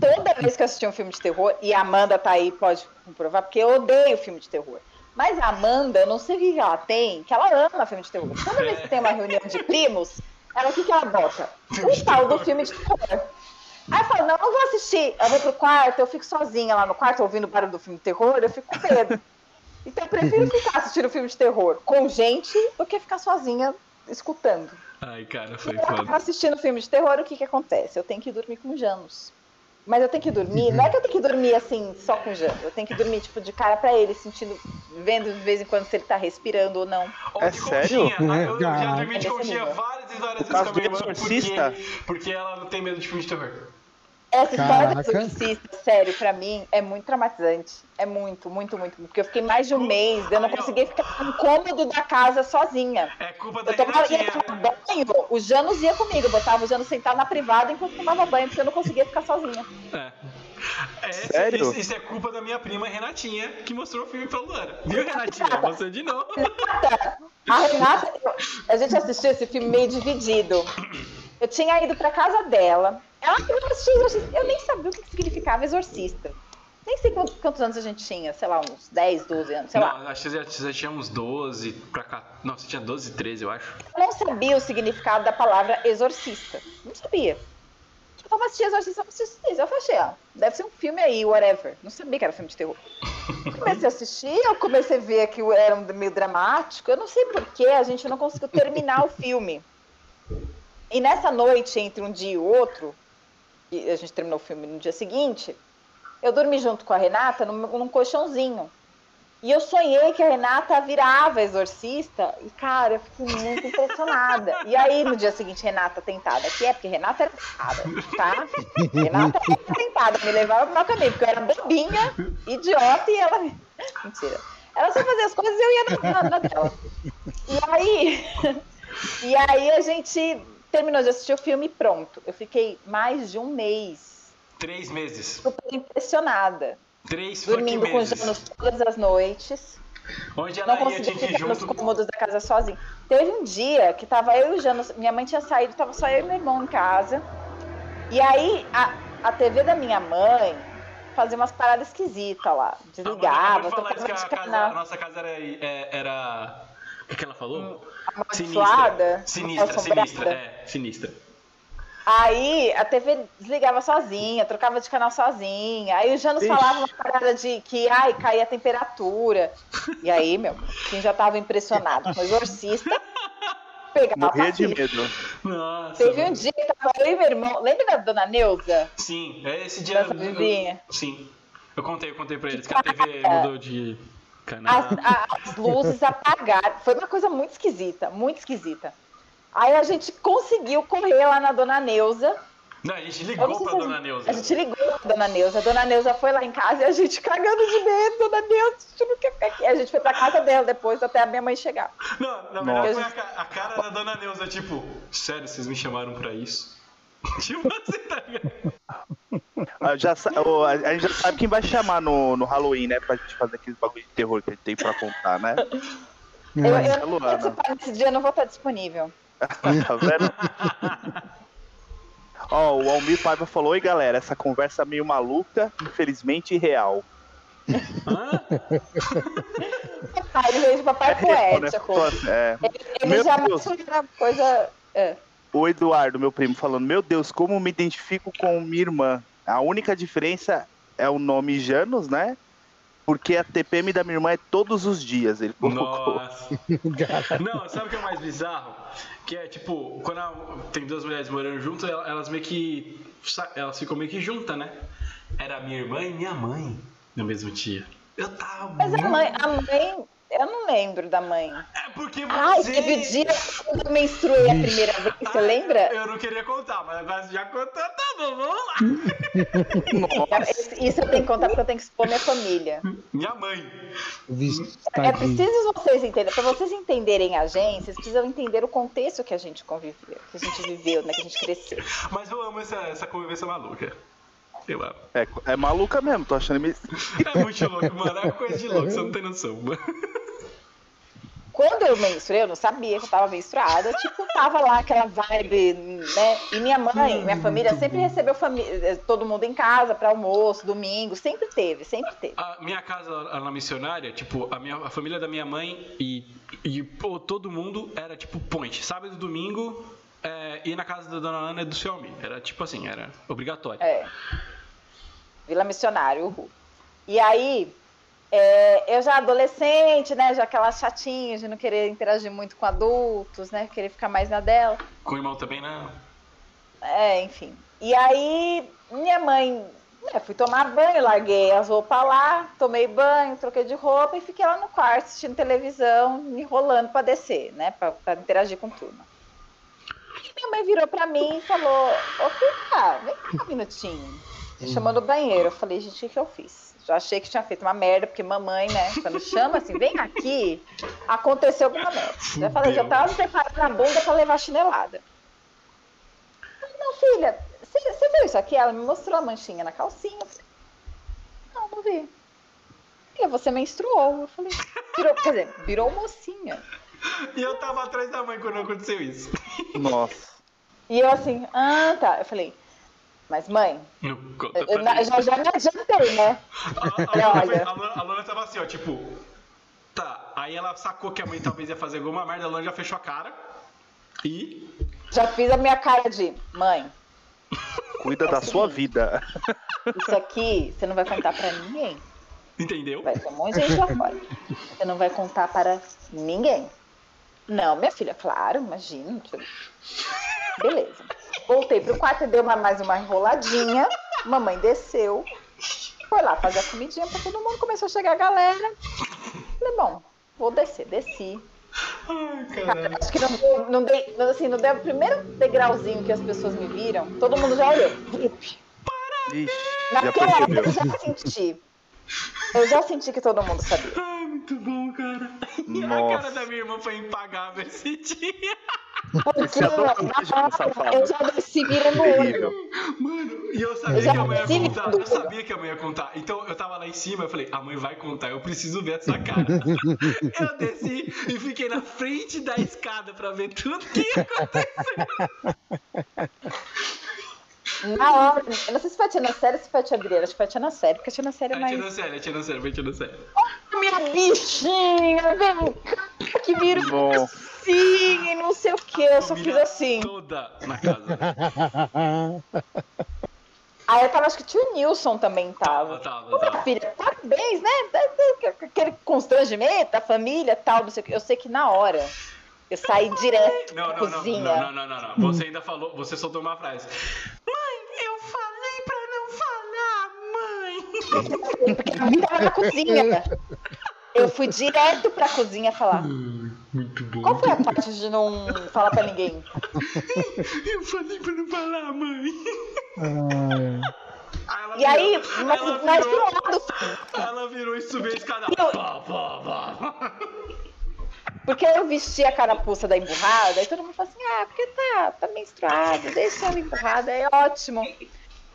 toda vez que eu assistia um filme de terror, e a Amanda tá aí, pode comprovar, porque eu odeio filme de terror. Mas a Amanda, eu não sei o que ela tem, que ela ama filme de terror. Toda vez que tem uma reunião de primos, ela, o que, que ela bota? Filme de O tal do terror. filme de terror. Aí eu falo, não, não vou assistir. Eu vou pro quarto, eu fico sozinha lá no quarto ouvindo o barulho do filme de terror, eu fico com medo. Então eu prefiro Uhum. ficar assistindo filme de terror com gente do que ficar sozinha escutando. Ai, cara, foi Eu tava foda. assistindo filme de terror, o que que acontece? Eu tenho que dormir com Janos. Mas eu tenho que dormir, não é que eu tenho que dormir assim, só com Janos. Eu tenho que dormir, tipo, de cara pra ele, sentindo, vendo de vez em quando se ele tá respirando ou não. Ou É de sério? conchinha. Ah, eu, eu já Cara. dormi de É desse conchinha nível. várias e várias Por vezes causa com a minha do irmã. Exorcista? Porque, porque ela não tem medo de filme de terror. Essa história do Caraca. exorcista, sério, pra mim, é muito traumatizante. É muito, muito, muito. Porque eu fiquei mais de um mês, eu não Aí, ó. conseguia ficar no cômodo da casa sozinha. É culpa da Eu tomava, ia Renatinha. tomar banho, o Janus ia comigo, eu botava o Janus sentado na privada enquanto tomava banho, porque eu não conseguia ficar sozinha. É. É, isso- Sério? Isso, isso é culpa da minha prima Renatinha, que mostrou o filme pra Luana. Viu, Renatinha? Você de novo. A Renata, eu- a gente assistiu esse filme meio dividido. Eu tinha ido pra casa dela. Ela "Ah, eu vou assistir exorcista. Eu nem sabia o que que significava exorcista. Nem sei quantos, quantos anos a gente tinha, sei lá, uns 10, 12 anos, sei lá. não, acho que você já, você já tinha uns 12 pra cá. Não, você tinha 12, 13, eu acho. Eu não sabia o significado da palavra exorcista. Não sabia. Tipo, vamos assistir exorcista, vamos assistir exorcista. Eu falei, achei, ó, deve ser um filme aí, whatever. Não sabia que era filme de terror. Comecei a assistir, eu comecei a ver que era um meio dramático. Eu não sei porquê, a gente não conseguiu terminar o filme. E nessa noite, entre um dia e outro, e a gente terminou o filme no dia seguinte, eu dormi junto com a Renata num, num colchãozinho. E eu sonhei que a Renata virava exorcista. E, cara, eu fiquei muito impressionada. E aí, no dia seguinte, Renata tentada. Que é, porque Renata era tentada, tá? Renata era tentada, me levava pro meu caminho, porque eu era bobinha, idiota, e ela. Mentira. Ela só fazia as coisas e eu ia na, na, na dela. E aí. E aí a gente terminou de assistir o filme e pronto. Eu fiquei mais de um mês Três meses. super impressionada. Três fucking Dormindo com meses. Janos todas as noites. Onde ela Não ia, conseguia tinha que ir ficar nos junto. cômodos da casa sozinha. Teve um dia que tava eu e o Janos. Minha mãe tinha saído, tava só eu e meu irmão em casa. E aí a, a TV da minha mãe fazia umas paradas esquisitas lá. Acabou Desligava, de falar isso que trocava a, de casa, a canal. nossa casa era. é, era... O que que ela falou? Amaldiçoada? Sinistra, Hum, Assombrada? sinistra, é, sinistra. Aí a TV desligava sozinha, trocava de canal sozinha. Aí o Janus Ixi. falava uma parada de que ai, caía a temperatura. E aí, meu, quem já tava impressionado com o exorcista, Tá pegava Morria de a faquinha. medo. Nossa. Teve um mano. dia que tava eu e meu irmão. Lembra da dona Neuza? Sim, é esse dia. Dessa vizinha? Sim. Eu contei, eu contei pra eles que a TV mudou de canal. As, a- as luzes apagaram. Foi uma coisa muito esquisita, muito esquisita. Aí a gente conseguiu correr lá na dona Neuza. Não, a gente Eu não ligou sei pra se a dona gente- Neuza. A gente ligou pra dona Neuza. A dona Neuza foi lá em casa e a gente cagando de medo. Dona Neuza, a gente não quer ficar aqui. A gente foi pra casa dela depois até a minha mãe chegar. Não, na Nossa. verdade foi a, ca- a cara da dona Neuza, tipo, sério, vocês me chamaram pra isso? tipo assim, tá ligado? Ah, já sa- o- a a gente já sabe quem vai chamar no, no Halloween, né? Pra gente fazer aqueles bagulho de terror que a gente tem pra contar, né? Eu, eu é não vou Luana. participar desse dia, eu não vou estar disponível. Tá vendo? Ó, o Almir Paiva falou, oi galera, essa conversa é meio maluca, infelizmente real. Hã? Papai, ele veio de papai real, né? poético. É. Ele Meu jamais Deus. era coisa. é. O Eduardo, meu primo, falando, meu Deus, como me identifico com minha irmã. A única diferença é o nome Janos, né? Porque a TPM da minha irmã é todos os dias, ele colocou. Nossa. Não, sabe o que é mais bizarro? Que é tipo, quando a- tem duas mulheres morando junto, el- elas meio que. sa- Elas ficam meio que juntas, né? Era minha irmã e minha mãe no mesmo dia. Eu tava. Mas a muito- mãe, a mãe, eu não lembro da mãe. É porque você. Ai, teve o dia quando eu menstruei a primeira vez, você Ah, lembra? Eu não queria contar, mas agora você já contou, tá bom, vamos lá. É, Isso- Isso eu tenho que contar porque eu tenho que expor minha família. Minha mãe. Tá É preciso vocês entenderem, para vocês entenderem a gente, vocês precisam entender o contexto que a gente conviveu, que a gente viveu, né, que a gente cresceu. Mas eu amo essa, essa convivência maluca. Eu amo. É, é maluca mesmo, tô achando meio... É muito louco, mano. É coisa de louco, você não tem noção. mano. Quando eu menstruei, eu não sabia que eu tava menstruada, eu, tipo, tava lá aquela vibe, né? E minha mãe, minha família sempre recebeu fami- eh, todo mundo em casa para almoço, domingo, sempre teve, sempre teve. A minha casa lá na missionária, tipo, a, minha, a família da minha mãe e, e pô, todo mundo era tipo ponte. Sábado e domingo. É, e na casa da dona Ana e do seu Almi. Era tipo assim, era obrigatório. É. Vila Missionário, uhul. E aí, é, eu já adolescente, né? Já aquela chatinha de não querer interagir muito com adultos, né? Querer ficar mais na dela. Com o irmão também né? não. É, enfim. E aí, minha mãe, né, fui tomar banho, larguei as roupas lá, tomei banho, troquei de roupa e fiquei lá no quarto assistindo televisão, me enrolando pra descer, né, pra, pra interagir com turma. Aí minha mãe virou pra mim e falou: Ô, filha, vem cá um minutinho. Me chamou no banheiro. Eu falei: Gente, o que que eu fiz? Já achei que tinha feito uma merda, porque mamãe, né, quando chama assim, vem aqui, aconteceu alguma merda. Já falei: Já tava me preparando a bunda pra levar chinelada. Não, filha, você você viu isso aqui? Ela me mostrou a manchinha na calcinha. Eu falei, não, não vi. E você menstruou. Eu falei, virou, quer dizer, virou mocinha. E eu tava atrás da mãe quando aconteceu isso. Nossa. E eu assim, ah, tá. Eu falei, mas mãe, Não conta eu, eu pra mim. já, já me adiantei, né? tá, A, a, Lana Olha. foi- a Lana- a Lana tava assim, ó, tipo. Tá, aí ela sacou que a mãe talvez ia fazer alguma merda, a Lana já fechou a cara. E. Já fiz a minha cara de, mãe, Cuida da sua vida. isso aqui você não vai contar pra ninguém. Entendeu? Vai ter um monte de gente lá fora. Você não vai contar para ninguém. Não, minha filha, claro, imagina. tio. Beleza. Voltei pro quarto e dei uma, mais uma enroladinha. Mamãe desceu. Foi lá fazer a comidinha pra todo mundo. Começou a chegar a galera. Falei, bom, vou descer. Desci. Ai, caralho. Acho que não, deu- não dei, não, assim, não deu o primeiro degrauzinho que as pessoas me viram. Todo mundo já olhou. Ixi, já Naquela hora percebeu. eu já senti. Eu já senti que todo mundo sabia. Ai, Ah, muito bom, cara. E Nossa. a cara da minha irmã foi impagável esse dia. Porque Esse é totalmente na hora, safado. eu já desci mira no olho. Terrível. Mano, e eu Eu sabia já que a mãe ia conheci ele contar. quando- Eu sabia que a mãe ia contar. Então eu tava lá em cima, eu falei, a mãe vai contar, eu preciso ver essa cara. eu desci e fiquei na frente da escada pra ver tudo que ia acontecer. Na hora. Eu não sei se foi a Tina Série ou se foi a Tia Breira. Acho que foi a Tina Série, porque a Tina Série é Vai mais. tirando sério, vai tirando sério, vai tirando sério. Ah, minha bichinha, vem cá, que virou Bom. assim e não sei o que. Eu só fiz Família assim. Toda na casa. Aí eu tava, acho que o tio Nilson também Tava, tava. tava, Ô, minha tava. filha, parabéns, né? Tá- tá- tá- Aquele constrangimento, a família tal, não sei o que. Eu sei que na hora eu saí direto Não, pra não, não, cozinha. não, não, não, não, não. Você ainda falou, você soltou uma frase. Mãe, eu falei pra não falar, mãe. Porque a mãe tava na cozinha. Eu fui direto pra cozinha falar. Muito bom. Qual foi a parte de não falar pra ninguém? Eu falei pra não falar, mãe. E aí, assim, mas, ela mas do virou, lado, ela virou e subiu a escada. Eu- Pá, pá, pá. porque eu vesti a carapuça da emburrada, aí todo mundo fala assim, ah, porque tá, tá menstruada, deixa ela emburrada, é ótimo.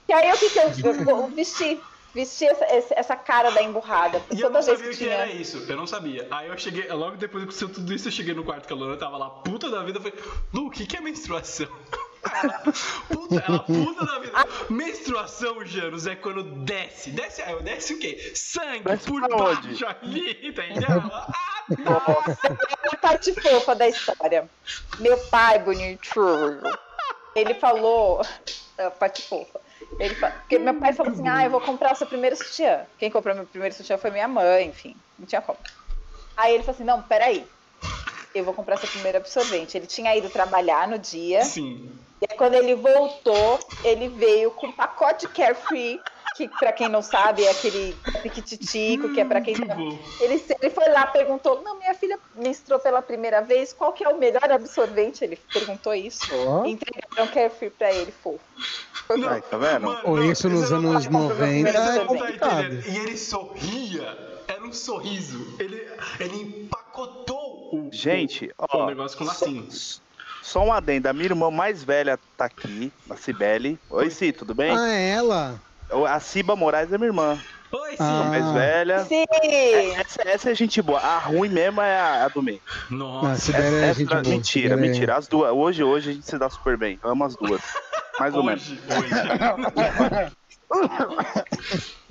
E aí o que que eu, eu, eu vesti? Vesti essa, essa- essa cara da emburrada, E eu toda não vez sabia que o que era tinha. isso. Eu não sabia. Aí eu cheguei, logo depois que aconteceu tudo isso, eu cheguei no quarto que a Lorena tava lá, puta da vida. Eu falei, Lu, o que, que é menstruação? Ela, puta, ela, puta da vida. Menstruação, Janos, é quando desce. Desce, aí eu desce o quê? Sangue Desce por pra onde? baixo ali, entendeu? Ela, ah, A parte fofa da história. Meu pai, bonitinho, ele falou. A parte fofa. Ele fa- Porque meu pai falou assim: ah, eu vou comprar o seu primeiro sutiã. Quem comprou meu primeiro sutiã foi minha mãe, enfim, não tinha como. Aí ele falou assim: não, peraí. Eu vou comprar seu primeiro absorvente. Ele tinha ido trabalhar no É? dia. sim. E aí, quando ele voltou, ele veio com um pacote Carefree, que pra quem não sabe é aquele piquititico, que é pra quem Muito tá bom. ele, se- ele foi lá, perguntou: Não, minha filha menstruou pela primeira vez, qual que é o melhor absorvente? Ele perguntou isso. Ó. E entregaram Carefree pra ele, fofo. Aí, tá vendo? Mano, Ou não, isso nos não anos tá- 90 Você é não tá complicado. entendendo. E ele sorria. Era um sorriso. Ele, ele empacotou o, Gente, o, o ó, negócio com lacinho. S- Só um adendo, a minha irmã mais velha tá aqui, a Cibele. Oi, Ci, tudo bem? Ah, é ela? A Ciba Moraes é minha irmã, Oi, a Ah. sim. mais velha. Sim! Essa, essa é gente boa. A ruim mesmo é a, a do meio. Ah, Nossa. Sibéria é Essa- gente boa. mentira, Sibéria é- mentira. As duas. Hoje, hoje a gente se dá super bem. Eu amo as duas. Mais ou menos. Hoje, hoje.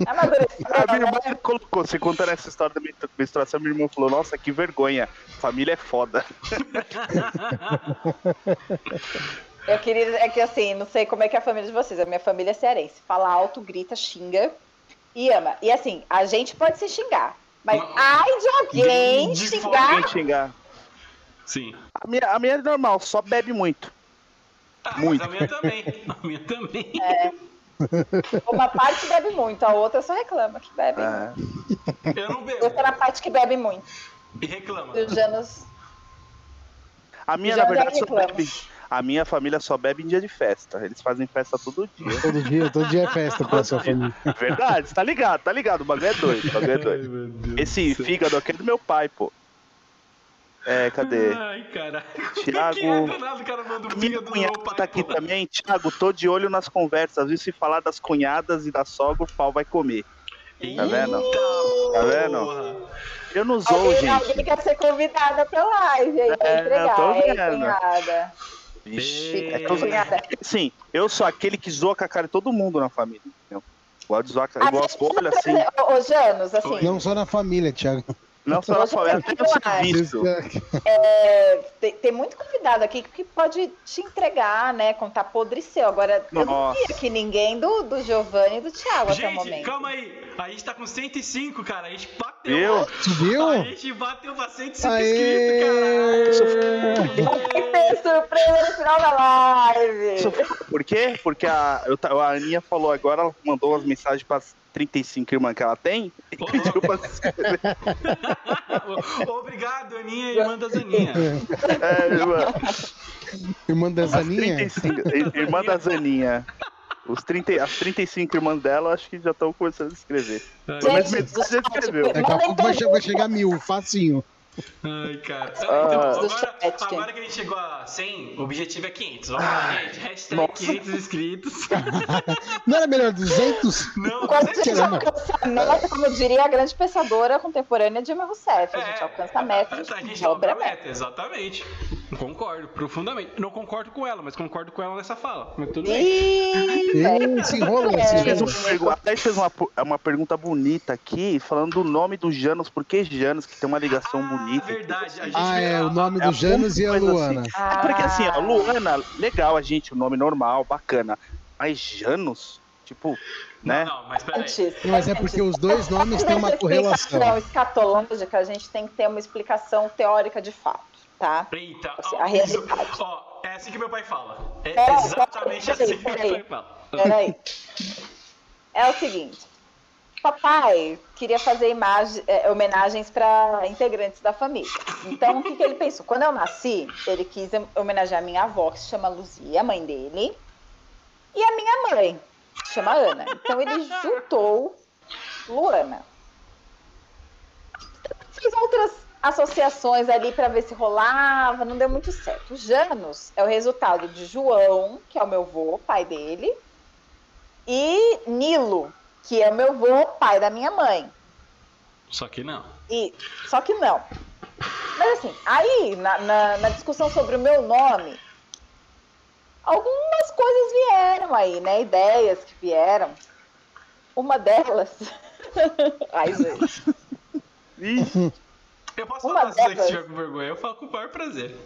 Amadureceu. A minha né? irmã me colocou, você contando essa história da menstru- menstruação, minha irmã falou, nossa, que vergonha. Família é foda. Eu queria. É que assim, não sei como é que é a família de vocês. A minha família é cearense. Fala alto, grita, xinga e ama. E assim, a gente pode se xingar. Mas Não. ai de alguém De- de xingar. Quem xingar. Sim. A minha, a minha é normal, só bebe muito. Ah, Muito. Mas a minha também. A minha também. Uma parte bebe muito, a outra só reclama que bebe. Ah, Eu não Eu bebo. tô na parte que bebe muito. E reclama. E o Janus A minha, Já na verdade, só reclama. bebe. A minha família só bebe em dia de festa. Eles fazem festa todo dia. Todo dia, todo dia é festa pra sua família. É Verdade, você tá ligado, tá ligado. O bagulho é doido, o bagulho é doido. meu Deus. Esse fígado aqui é do meu pai, pô. É, cadê? Ai, caralho. Thiago- Ah, Que é danado, o cara manda o fígado do Minha meu cunhada pai. tá aqui pô. também. Thiago, tô de olho nas conversas, viu? Se falar das cunhadas e da sogra, o pau vai comer. Tá vendo? Eita, Tá vendo? porra. Eu não zoo, Alguém, alguém gente. quer ser convidada pra live aí, pra É, eu tô entregar, hein, vendo. cunhada. Vixe, Ei. é que eu- Cunhada. Sim, eu sou aquele que zoa com a cara de todo mundo na família. entendeu? Gosto de zoar com A igual gente as bolhas, assim. precisa trazer- Ô, ô, Janus, assim, Oi. Não só na família, Thiago. Não só na família, até no serviço. é, tem, tem muito convidado aqui que pode te entregar, né? Contar podre seu. Agora, eu não vi Nossa. aqui ninguém do, do Giovanni e do Thiago até o Gente, momento. calma aí. A gente tá com 105, cara. A gente bateu. Viu? tá- Subiu? A gente bateu pra 105 Aê! inscritos, Quem caralho. fez surpresa no final da live? Isso, por quê? Porque a, eu ta- a Aninha falou agora, ela mandou umas mensagens pras 35 irmãs que ela tem Tipo e Ô, pediu pra se inscrever. Obrigado, Aninha, irmã da Zaninha. É, irmã, Irmã da as Zaninha? 35, ir- irmã da Zaninha. Os 30, as 35 irmãs dela, acho que já estão começando a se inscrever. Pelo menos metade já escreveu. Daqui a pouco vai, che- vai chegar mil, facinho. Ai, cara. Ah. Então, Do agora, chat, gente. agora que a gente chegou a 100, o objetivo é 500. Vamos lá, gente. Hashtag Nossa. 500 inscritos. Não era melhor 200? Não, Quando a você- né, gente Caramba. alcança a meta, como diria a grande É, pensadora contemporânea Dilma Rousseff, a gente alcança a meta, a É. a gente gente dobra a dobra meta. exatamente. Concordo, profundamente. Não concordo com ela, mas concordo com ela nessa fala. Mas tudo bem. Ih, velho, Ih, se enrola, é. se Fez enrola. uma pergu- a Thaís fez uma, po- uma pergunta bonita aqui, falando do nome do Janos, porque Janos, que tem uma ligação Ah, bonita. verdade. A gente Ah, é, o nome É do a Janus e a coisa assim. Luana. É porque assim, ó, Ah, Luana, legal a gente, o nome normal, bacana. Mas Janos, tipo, né? Não, não, mas peraí. Antes, Mas é antes. porque os dois nomes Antes têm uma dessa correlação. explicação escatológica, a gente tem que ter uma explicação teórica de fato, tá? Eita, Assim, ó, a realidade. isso- Ó, é assim que meu pai fala. É Peraí, exatamente peraí, assim que meu peraí. pai fala. Peraí. É o seguinte. Papai queria fazer imagem- eh, homenagens para integrantes da família. Então, o que, que ele pensou? Quando eu nasci, ele quis homenagear minha avó, que se chama Luzia, a mãe dele, e a minha mãe, que se chama Ana. Então, ele juntou Luana. Fiz outras associações ali para ver se rolava, não deu muito certo. O Janus é o resultado de João, que é o meu avô, pai dele, e Nilo, que é o meu avô, pai da minha mãe. Só que não. E, só que não. Mas assim, aí na, na- na discussão sobre o meu nome, algumas coisas vieram aí, né? Ideias que vieram. Uma delas. Ai, gente. Ih, Eu posso Uma falar se você delas. estiver com vergonha, eu falo com o maior prazer.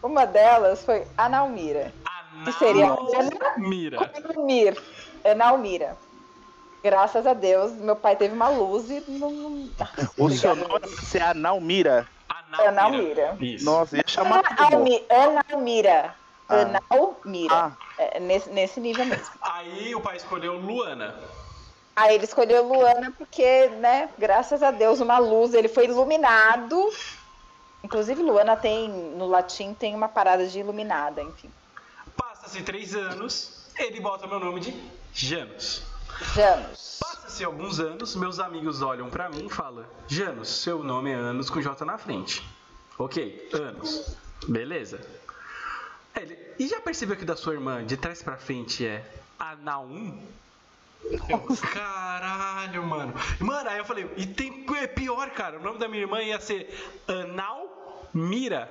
Uma delas foi a Naumira. Anal... Que seria- Mira. Naumir. É Naumira. Graças a Deus, meu pai teve uma luz e não. não- o seu Obrigada. É nome é a Naumira. Anal... Anaumira. Isso. Nossa, ia chamar. Ana Almi- Ana Almira. É Ah. Ana Almira. Ah, É, nesse, nesse nível mesmo. Aí o pai escolheu Luana. Aí ele escolheu Luana porque, né, graças a Deus, uma luz, ele foi iluminado. Inclusive, Luana tem, no latim, tem uma parada de iluminada, enfim. Passa-se três anos, ele bota meu nome de Janus. Janus. Passa-se alguns anos, meus amigos olham pra mim e falam: Janus, seu nome é Anos com J na frente. Ok, Anos. Beleza. Ele, e já percebeu que da sua irmã de trás pra frente é Anaum? Eu, Caralho, mano. Mano, aí eu falei, e tem é pior, cara. O nome da minha irmã ia ser Anal Mira.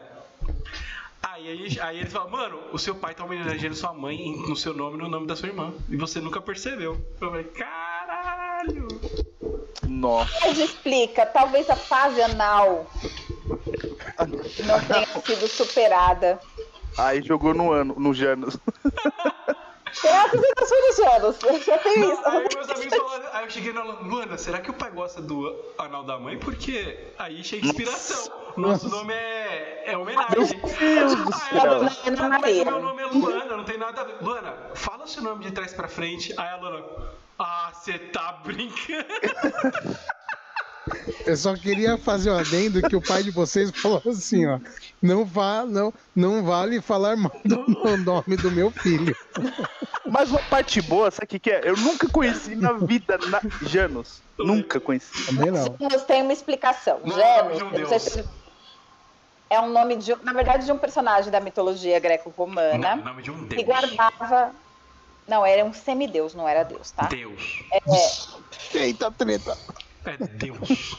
Aí, a gente- aí eles falam, mano, o seu pai tá homenageando sua mãe em- no seu nome e no nome da sua irmã. E você nunca percebeu. Eu falei, caralho! nossa. Mas explica, talvez a fase anal não tenha sido superada. Aí jogou no ano, no Janos. Graças a Deus, Janus. Só tem isso. Aí meus amigos falaram, aí eu cheguei na Luana, será que o pai gosta do anal da mãe? Porque aí achei inspiração. Nosso nome é, é homenagem. Deus do Aí céu. ela, Ana "Ah, mas Maria." o meu nome é Luana, não tem nada a ver. Luana, fala seu nome de trás pra frente. Aí a Luana, ah, você tá brincando. Eu só queria fazer um adendo que o pai de vocês falou assim, ó. Não, vá, não, não vale falar mal do meu nome do meu filho. Mas uma parte boa, sabe o que, que é? Eu nunca conheci na vida na... Janos. Nunca conheci. Também não. Janus tem uma explicação. Não, Janus, de um eu não sei deus. se- é um nome de, um- na verdade, de um personagem da mitologia greco-romana Não, nome de um que deus. guardava. Não, era um semideus, não era deus, tá? Deus. Eita treta. É Deus.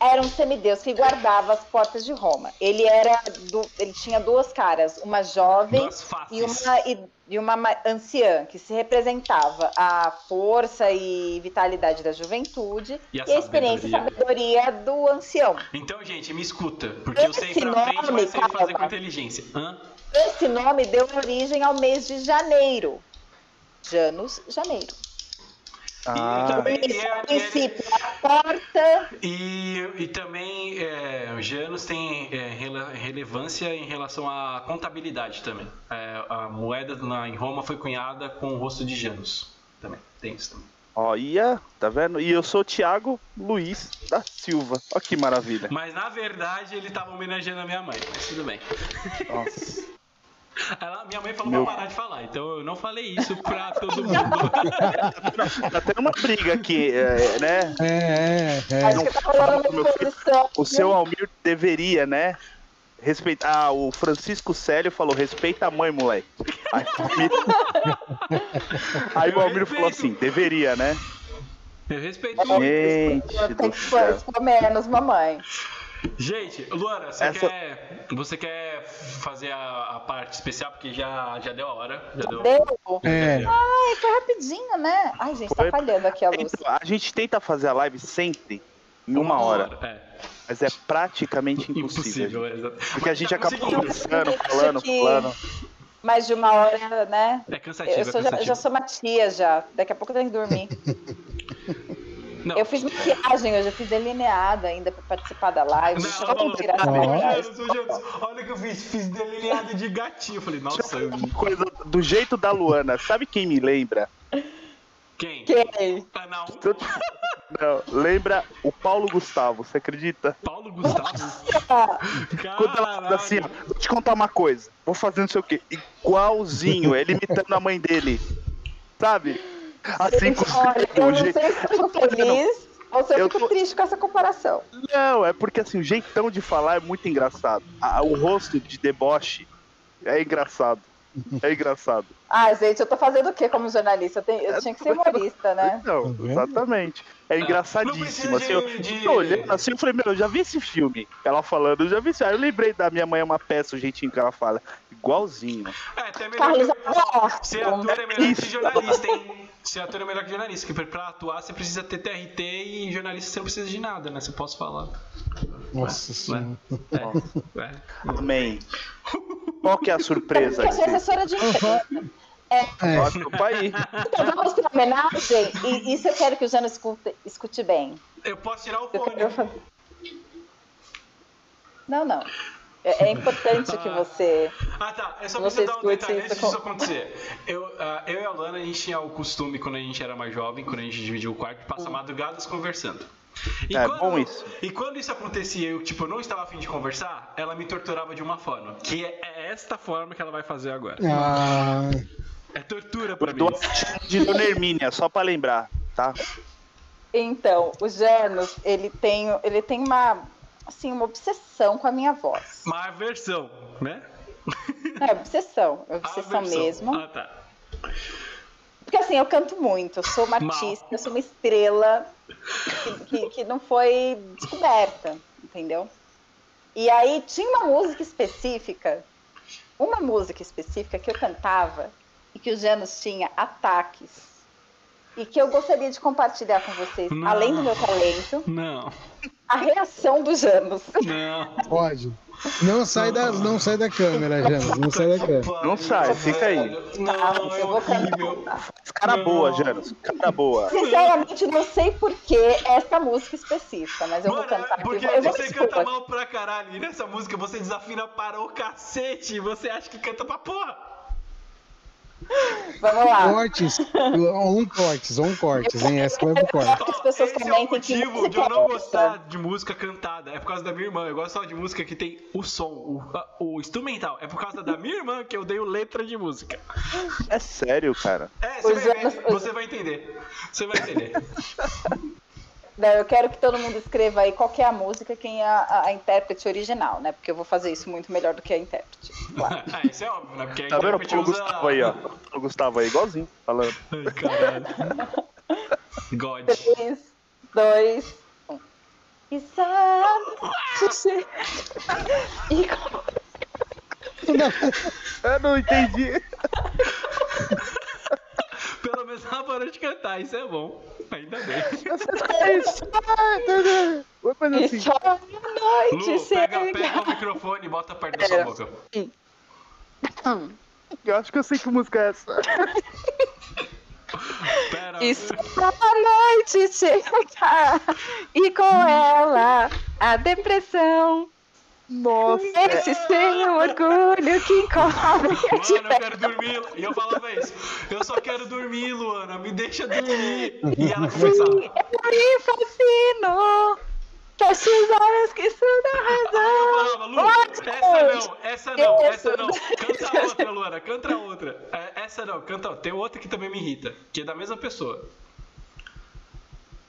Era um semideus que guardava as portas de Roma. Ele era do- ele tinha duas caras, uma jovem Duas faces. e uma e- e uma ma- anciã que se representava a força e vitalidade da juventude E a experiência e sabedoria. sabedoria do ancião. Então, gente, me escuta, porque eu sei Esse pra nome, frente, mas sei cara. fazer com inteligência. Hã? Esse nome deu origem ao mês de janeiro. Janus, janeiro. Ah, também- Esse é é- o princípio, a porta. E, e também é, o Janus tem é, rela- relevância em relação à contabilidade também. É, a moeda na- em Roma foi cunhada com o rosto de Janus. Também, tem isso também. ó, ia, tá vendo? E eu sou o Thiago Luiz da Silva. Ó que maravilha. Mas na verdade ele tava homenageando a minha mãe, mas tudo bem. Nossa. Ela- minha mãe falou Meu- pra parar de falar, então eu não falei isso pra todo mundo. Tá tendo uma briga aqui, é, né? É, é, é. Acho que tá rolando né? Meu uma exposição. O seu Almir deveria, né? Respeitar. Ah, o Francisco Célio falou: respeita a mãe, moleque. Aí o Almir, Aí o Almir falou assim: deveria, né? Eu respeito. Gente Tem do que expor céu. expor menos, mamãe. Gente, Luana, você, Essa- quer, você quer fazer a, a parte especial? Porque já, já deu a hora. Já deu. Deu. É. Ai, foi rapidinho, né? Ai, gente, tá Foi- falhando aqui a luz. Então, a gente tenta fazer a live sempre em uma hora, É, mas é praticamente impossível. impossível. exato. Porque a gente tá acaba conseguindo. conversando, Eu falando, acho que- falando. Mais de uma hora, né? É cansativo, Eu sou, é já, cansativo. já sou uma tia já. Daqui a pouco eu tenho que dormir. Não. Eu fiz maquiagem hoje, eu fiz delineada ainda pra participar da live. Não, Só né? ela falou, mentira, "Não, na Ô, verdade. Janus, ô, Janus, olha o que eu fiz, fiz delineado de gatinho. Eu falei, nossa, eu- Uma Coisa do jeito da Luana, sabe quem me lembra? quem? Quem? Ah, não, Não, lembra o Paulo Gustavo, você acredita? Paulo Gustavo. Ah, Quando Ah, ela fala assim, ó, Caralho. vou te contar uma coisa, vou fazer não sei o quê. Igualzinho, é ele imitando a mãe dele. Sabe? Assim com Olha, eu o não sei jeito. se eu fico feliz ou se eu, Eu fico tô- triste com essa comparação. Não, é porque assim, o jeitão de falar é muito engraçado. A- o rosto de deboche é engraçado. É engraçado. Ah, gente, eu tô fazendo o quê como jornalista? Eu, tenho- eu É, tinha que ser tô- humorista, né? Não, vendo? Então, exatamente. É Não engraçadíssimo. precisa Assim, eu, de- um de- eu olhando assim, eu falei, meu, eu já vi esse filme. Ela falando, eu já vi esse. Aí eu lembrei da minha mãe é uma peça, o jeitinho que ela fala. Igualzinho. É, até melhor Carlos que- Ser ator Alberto. é melhor que jornalista, hein? Ser ator é melhor que jornalista, porque pra atuar você precisa ter TRT e jornalista você não precisa de nada, né? Você pode falar. Nossa senhora. É, é. Amém. Qual que é a surpresa? Porque eu que sou vocês- assessora de imprensa. É. Ó, desculpa aí. Então vamos para homenagem. E isso eu quero que o Jano escute, escute bem. Eu posso tirar o Eu fone. quero... Não, não. É, é importante que você. Ah, tá. É só Você você dar um escute detalhe isso antes disso com- acontecer. Eu, ah, eu e a Lana, a gente tinha o costume, quando a gente era mais jovem, quando a gente dividia o quarto, de Hum. passar madrugadas conversando. E É bom isso. E quando isso acontecia, eu, tipo, não estava afim de conversar, ela me torturava de uma forma. Que é- é esta forma que ela vai fazer agora. Ah, É tortura pra mim. Do atitude de Dona Hermínia, só pra lembrar, tá? Então, o Janus, ele tem, ele tem uma, assim, uma obsessão com a minha voz. Uma aversão, né? É obsessão, é obsessão Aversão. mesmo. Ah, tá. Porque assim, eu canto muito, eu sou uma Mal. artista, eu sou uma estrela que, que- que não foi descoberta, entendeu? E aí tinha uma música específica, uma música específica que eu cantava e que o Janus tinha ataques. E que eu gostaria de compartilhar com vocês, Não. além do meu talento, Não, a reação do Janus. não. pode. Não sai, da, não sai da câmera, Janos. Não sai da câmera. Não sai, fica aí. Não, é Eu vou cantar. horrível. Cara é Não. boa, Janus. Cara é boa. Sinceramente, não sei por que essa música específica, mas eu Mano, vou cantar. porque aqui, eu vou você expor. canta mal pra caralho. E nessa música você desafina para o cacete e você acha que canta pra porra. Vamos é lá. Cortes. Um cortes, um cortes, hein? Essa vai pro corte. As pessoas esse é o comentem que motivo música de eu é não essa. gostar de música cantada. É por causa da minha irmã. Eu gosto só de música que tem o som, o, a- o instrumental. É por causa da minha irmã que eu dei o letra de música. É sério, cara. É, você, Os vai, ver, anos- os- você vai entender. Você vai entender. Não, eu quero que todo mundo escreva aí qual que é a música, quem é a, a- a intérprete original, né? Porque eu vou fazer isso muito melhor do que a intérprete. Claro. ah, isso é óbvio, né? Porque aí Tá vendo interprete o usa- Gustavo aí, ó? O Gustavo aí, igualzinho, falando. Ai, caralho. God. Três, dois, um. E sabe que você- E como- Eu não entendi. Pelo menos ela parou de cantar, isso é bom. Ainda bem. É isso. Ah, entendi. Vou fazer e assim. só a noite Lu, pega, chega. pega o microfone e bota perto da sua É. boca. Eu acho que eu sei que música é essa. Pera. E só a noite chega. E com ela a depressão. Nossa. Esse sem o orgulho que encobre. Mano, eu quero dormir. E eu falava isso. Eu só quero dormir, Luana. Me deixa dormir. E ela começava. Eu me fascino. Feche os olhos que isso dá Eu razão. falava, Ah, Lu, essa não, essa não, essa não. Canta Deus. outra, Luana, canta outra. É, Essa não, canta outra. Tem outra que também me irrita, que é da mesma pessoa.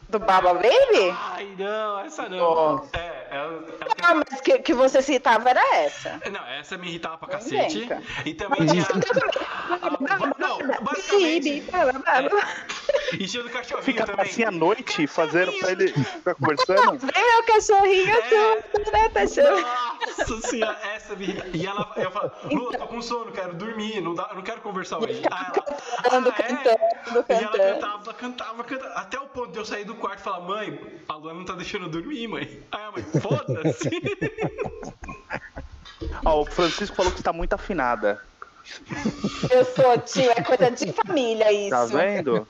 Do Baba Baby? Ai, não, essa não. Nossa. É, ela, ela Não, Ah, mas que, que você citava era essa. Não, essa me irritava pra Não cacete. inventa. E também tinha. Ah, não, basicamente. É. E tinha do cachorrinho Fica também. assim à noite, fazendo pra ele ficar conversando. Vem o cachorrinho É. tudo, né, cachorro? Nossa senhora, essa me irrita. E ela, eu falo, Lu, Então eu tô com sono, quero dormir, não, dá, eu não quero conversar hoje. Ah, Cantando, ela, cantando, E ela cantando. cantava, cantava, cantava. Até o ponto de eu sair do quarto e falar, mãe, a Luana não tá deixando eu dormir, mãe. Aí a mãe, foda-se. Ó, o Francisco falou que está muito afinada. Eu sou tio, é coisa de família isso. Tá vendo?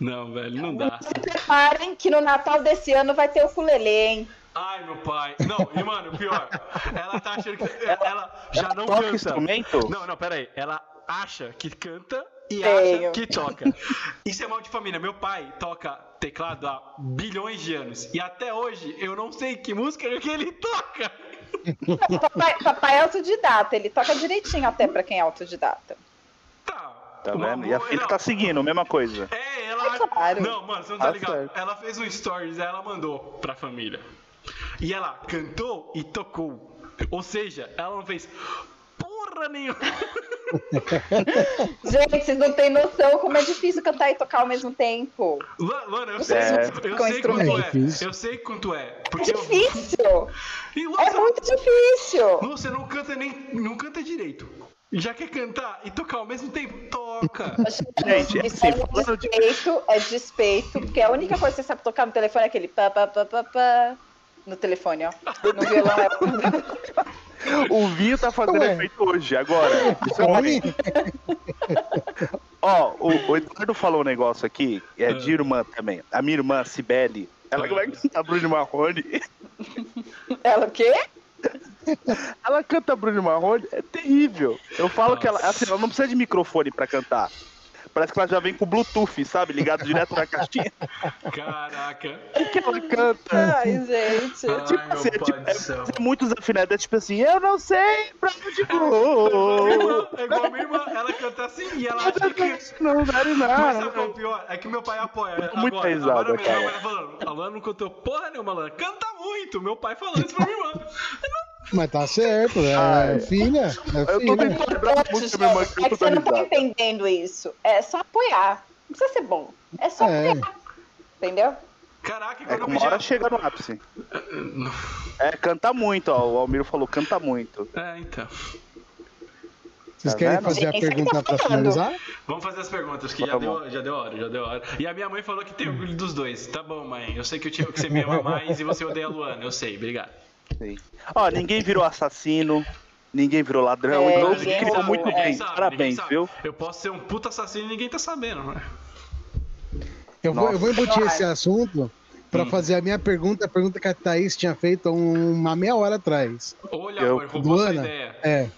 Não, velho, não dá. Se preparem que no Natal desse ano vai ter o ukulele, hein? Ai, meu pai. Não, e mano, pior. Ela tá achando que. Ela já não Toca canta. É, instrumento? Não, não, pera aí. Ela acha que canta e acha Tenho. que toca. Isso é mal de família. Meu pai toca teclado há bilhões de anos. E até hoje eu não sei que música que ele toca. Papai, papai é autodidata, ele toca direitinho até pra quem é autodidata. Tá. Tá uma vendo? E a boa- filha não. tá seguindo, a mesma coisa. É, ela. É claro. Não, mano, você não tá Tá ligado. certo. Ela fez um stories, aí ela mandou pra família. E ela cantou e tocou. Ou seja, ela não fez porra nenhuma. Gente, vocês não têm noção como é difícil cantar e tocar ao mesmo tempo. Lu- Luana, eu sei, É. eu Com sei quanto instrumento. é. Difícil. Eu sei quanto é. É Porque eu- difícil! E Lu, É você- muito difícil! Lu, você não canta nem. não canta direito. Já quer cantar e tocar ao mesmo tempo? Toca! Gente, Isso é assim, falando de- despeito, é despeito, porque a única coisa que você sabe tocar no telefone é aquele pá, pá, pá, pá, pá, no telefone, ó. No violão é... O Vinho tá fazendo Ué. efeito hoje, agora. Isso é Olha, Ó, o, o Eduardo falou um negócio aqui, é Ah. de irmã também. A minha irmã, Cibele, ela Ah. como é que canta Bruno Marrone? Ela o quê? Ela canta Bruno Marrone, é terrível. Eu falo que ela, Nossa. assim, ela não precisa de microfone pra cantar. Parece que ela já vem com Bluetooth, sabe? Ligado direto na caixinha. Caraca! O que ela canta? Ai, gente. Ai, meu assim, é pai tipo- do céu. É muito desafinado, é tipo assim, eu não sei pra onde vou. É igual a minha irmã, ela canta assim e ela acha que. Não vale Mas sabe qual é nada. o pior? É que meu pai apoia. Tô muito agora, pesado, agora minha cara. irmã vai falando, a Lana não cantou porra nenhuma, Lana. Canta muito! Meu pai falando isso pra minha irmã. mas tá certo, Ai. é filha. É Eu Ah, tô filha. tentando lembrar a música, minha irmã, é que eu que tô você dando não tá risada. entendendo isso. É só apoiar. Não precisa ser bom. É só É. apoiar. Entendeu? Caraca, É quando que eu uma pedi. hora chega no ápice. Não. É, canta muito, ó. O Almiro falou, canta muito. É, então. Vocês Tá querem vendo? fazer a Gente, isso aqui tá pergunta pra falando. finalizar? Vamos fazer as perguntas, que já Vamos. deu, já deu hora, já deu hora. E a minha mãe falou que tem orgulho dos dois. Tá bom, mãe. Eu sei que, eu te, que você me ama mais e você odeia a Luana. Eu sei, obrigado. Sim. Ó, ninguém virou assassino, ninguém virou ladrão. É, então, ninguém criou roubou, muito é. bem. Ninguém sabe, ninguém Parabéns, sabe. viu? Eu posso ser um puta assassino e ninguém tá sabendo, né? Eu vou, Nossa. eu vou embutir Vai. esse assunto pra Hum. fazer a minha pergunta, a pergunta que a Thaís tinha feito há um- uma meia hora atrás. Olha, Eu- amor, roubou sua Luana. ideia. É,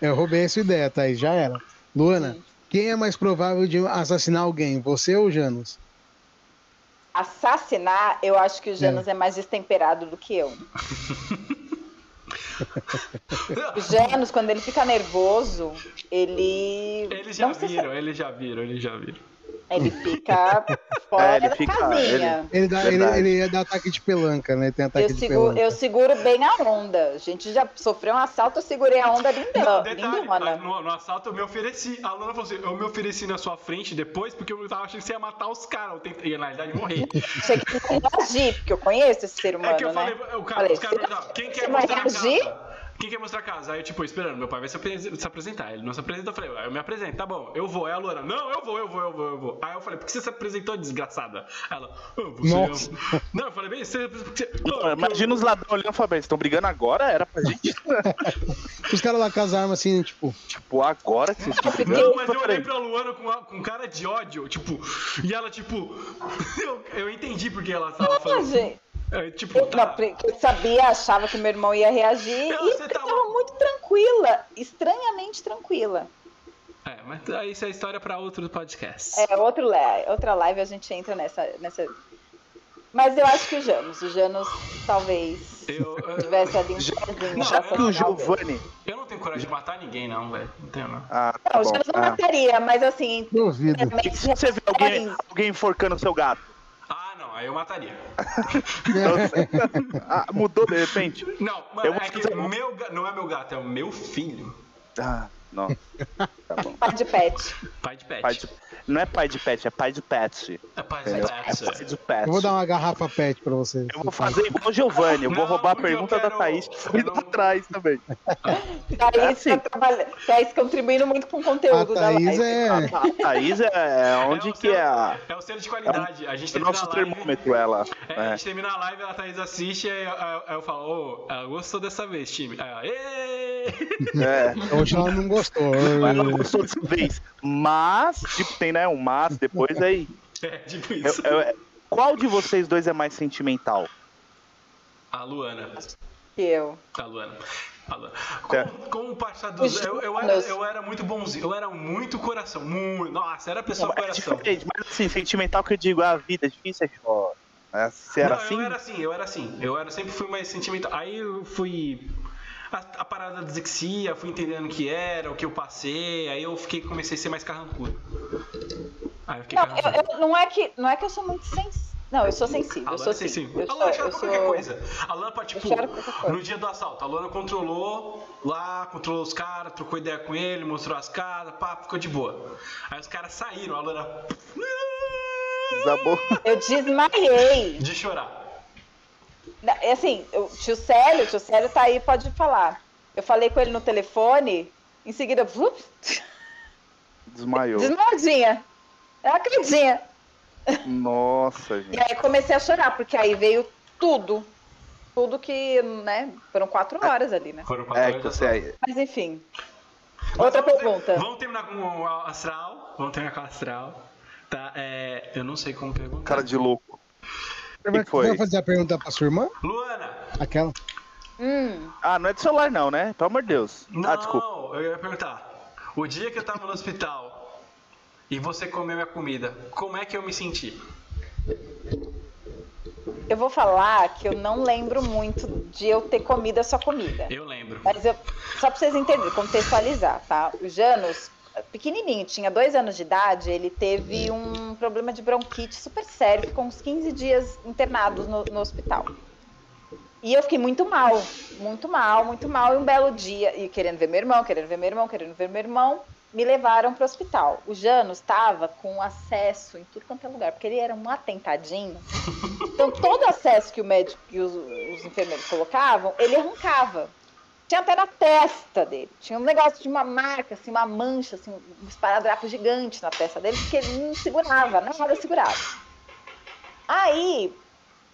eu roubei essa ideia, Thaís, já era. Luana, quem é mais provável de assassinar alguém, você ou o Janus? Assassinar, eu acho que o Janus é, mais destemperado do que eu. O Janus, quando ele fica nervoso, ele. Eles já não se- viram, eles já viram, eles já viram. Ele fica fora É, ele da fica- casinha. Ele, dá, ele, Verdade. ele dá ataque de pelanca, né? Tem ataque Eu, de seguro, pelanca. eu seguro bem a onda. A gente já sofreu um assalto, eu segurei a onda Não, lindão, detalhe, lindona. no, no assalto eu me ofereci. A Luana falou assim: eu me ofereci na sua frente depois porque eu tava achando que você ia matar os caras. Eu tentei, e na verdade, morrer. Achei que ele ia agir, porque eu conheço esse ser humano, É que eu né? falei, o cara, Falei, os caras "Você- perguntavam, quem você quer vai mostrar a reagir?" casa? Quem quer mostrar a casa? Aí eu, tipo, esperando, meu pai vai se, apres- se apresentar. Ele não se apresentou, eu falei, eu me apresento, tá bom, eu vou. Aí a Luana, não, eu vou, eu vou, eu vou, eu vou. Aí eu falei, por que você se apresentou, desgraçada? Ela, "Eu, você. Nossa. eu-" Não, eu falei, bem, você. Porque, Pô, imagina os ladrões olhando e falando, "Bem, vocês estão brigando agora? Era pra gente, Os caras lá com as armas assim, tipo, tipo, agora que vocês estão brigando? Não, mas eu olhei Peraí. pra Luana com, a- com cara de ódio, tipo, e ela, tipo, eu, eu entendi porque ela tava Ah, falando. gente, É, tipo, eu, tá. não, pre- eu sabia, achava que meu irmão ia reagir Não, e você tá eu tava louco. muito tranquila, estranhamente tranquila. É, mas aí isso é história pra outro podcast. É, outro, li- outra live a gente entra nessa, nessa. Mas eu acho que o Janus. O Janus talvez Eu, eu, tivesse ali um pezinho Já pra viu o assassinar alguém. Giovanni? eu não tenho coragem de matar ninguém, não, velho. Não tenho, não. Ah, tá Não, o bom. Janus não Ah. mataria, mas assim, duvido. realmente E se você vê alguém, alguém enforcando seu gato? Ah, não, aí aí eu mataria. Né? Então, você- Ah, mudou de repente? Não, mas Eu vou é que fazer- meu, ga- não é meu gato, é o meu filho. Ah, nossa. Tá bom. Pai de pet. Pai de pet. Pai de- Não é pai de pet, é pai de pet. É pai de É pet. pai de pet. Eu vou dar uma garrafa pet pra você. Eu vou fazer igual o Giovanni, eu vou Não, roubar a porque eu pergunta da quero- Thaís que foi eu lá não- atrás também. Thaís, Assim. tá trabalha- Thaís contribuindo muito com o conteúdo A da Thaís live. é- Ah, tá. Thaís é onde o que selo- é a- É o selo de qualidade. A gente o termina nosso a live. termômetro, ela. É, A É. gente termina a live, a Thaís assiste, aí eu, aí eu- aí eu falo, ô, ela gostou dessa vez, time. Aí ela, "Ê!" É. Hoje ela não gostou. Ela não gostou dessa vez. Mas, tipo, tem né, um mas depois aí. É, tipo Eu- isso. eu- qual de vocês dois é mais sentimental? A Luana. Eu. A Luana. A Luana. Tá. Com, com o passar dos eu, eu, era, eu era muito bonzinho, eu era muito coração, muito. Nossa, era pessoa é coração. diferente, mas assim, sentimental que eu digo, a vida é difícil, é só. É, Você era Não, assim? eu era assim, eu era assim. Eu era, sempre fui mais sentimental. Aí eu fui. A, a parada da dislexia, fui entendendo o que era, o que eu passei, aí eu fiquei, comecei a ser mais carrancudo. Aí eu fiquei Não, carrancudo. eu- eu- não, é que, não é que eu sou muito sensível. Não, eu sou sensível. A Eu Lana sou é sensível. sensível. Eu A sou, Lana chora eu por sou... qualquer coisa. A Lana, tipo, choro por qualquer coisa. no dia do assalto, a Lana controlou lá, controlou os caras, trocou ideia com ele, mostrou as casas, pá, ficou de boa. Aí os caras saíram, a Lana. Desabou. Eu desmaiei. De chorar. Na- é Assim, o tio Célio, o tio Célio tá aí, pode falar. Eu falei com ele no telefone, em seguida, vup, Desmaiou. desmaiadinha. É uma queridinha. Nossa, E gente. aí comecei a chorar, porque aí veio tudo. Tudo que, né, foram quatro horas ali, né? Foram quatro É horas que da você é. Mas enfim. Mas Outra vamos ter- pergunta. Vamos terminar com o astral. Vamos terminar com o astral. Tá, é, eu não sei como perguntar. Cara de louco. Você que foi? vai fazer a pergunta pra sua irmã? Luana! Aquela? Hum, Ah, não é de celular, não, né? Pelo amor de Deus. Não, Ah, desculpa. eu ia perguntar. O dia que eu tava no hospital e você comeu minha comida, como é que eu me senti? eu vou falar que eu não lembro muito de eu ter comido a sua comida. Eu lembro. Mas eu, só pra vocês entenderem, contextualizar, tá? O Janus, pequenininho, tinha dois anos de idade, ele teve um problema de bronquite super sério, ficou uns 15 dias internado no, no hospital. E eu fiquei muito mal, muito mal, muito mal. E um belo dia, e querendo ver meu irmão, querendo ver meu irmão, querendo ver meu irmão, me levaram pro hospital. O Janus estava com acesso em tudo quanto é lugar, porque ele era um atentadinho. Então, todo acesso que o médico e os, os enfermeiros colocavam, ele arrancava. Tinha até na testa dele. Tinha um negócio de uma marca, assim, uma mancha, assim, um esparadrapo gigante na testa dele, porque ele não segurava, nada segurava. Aí,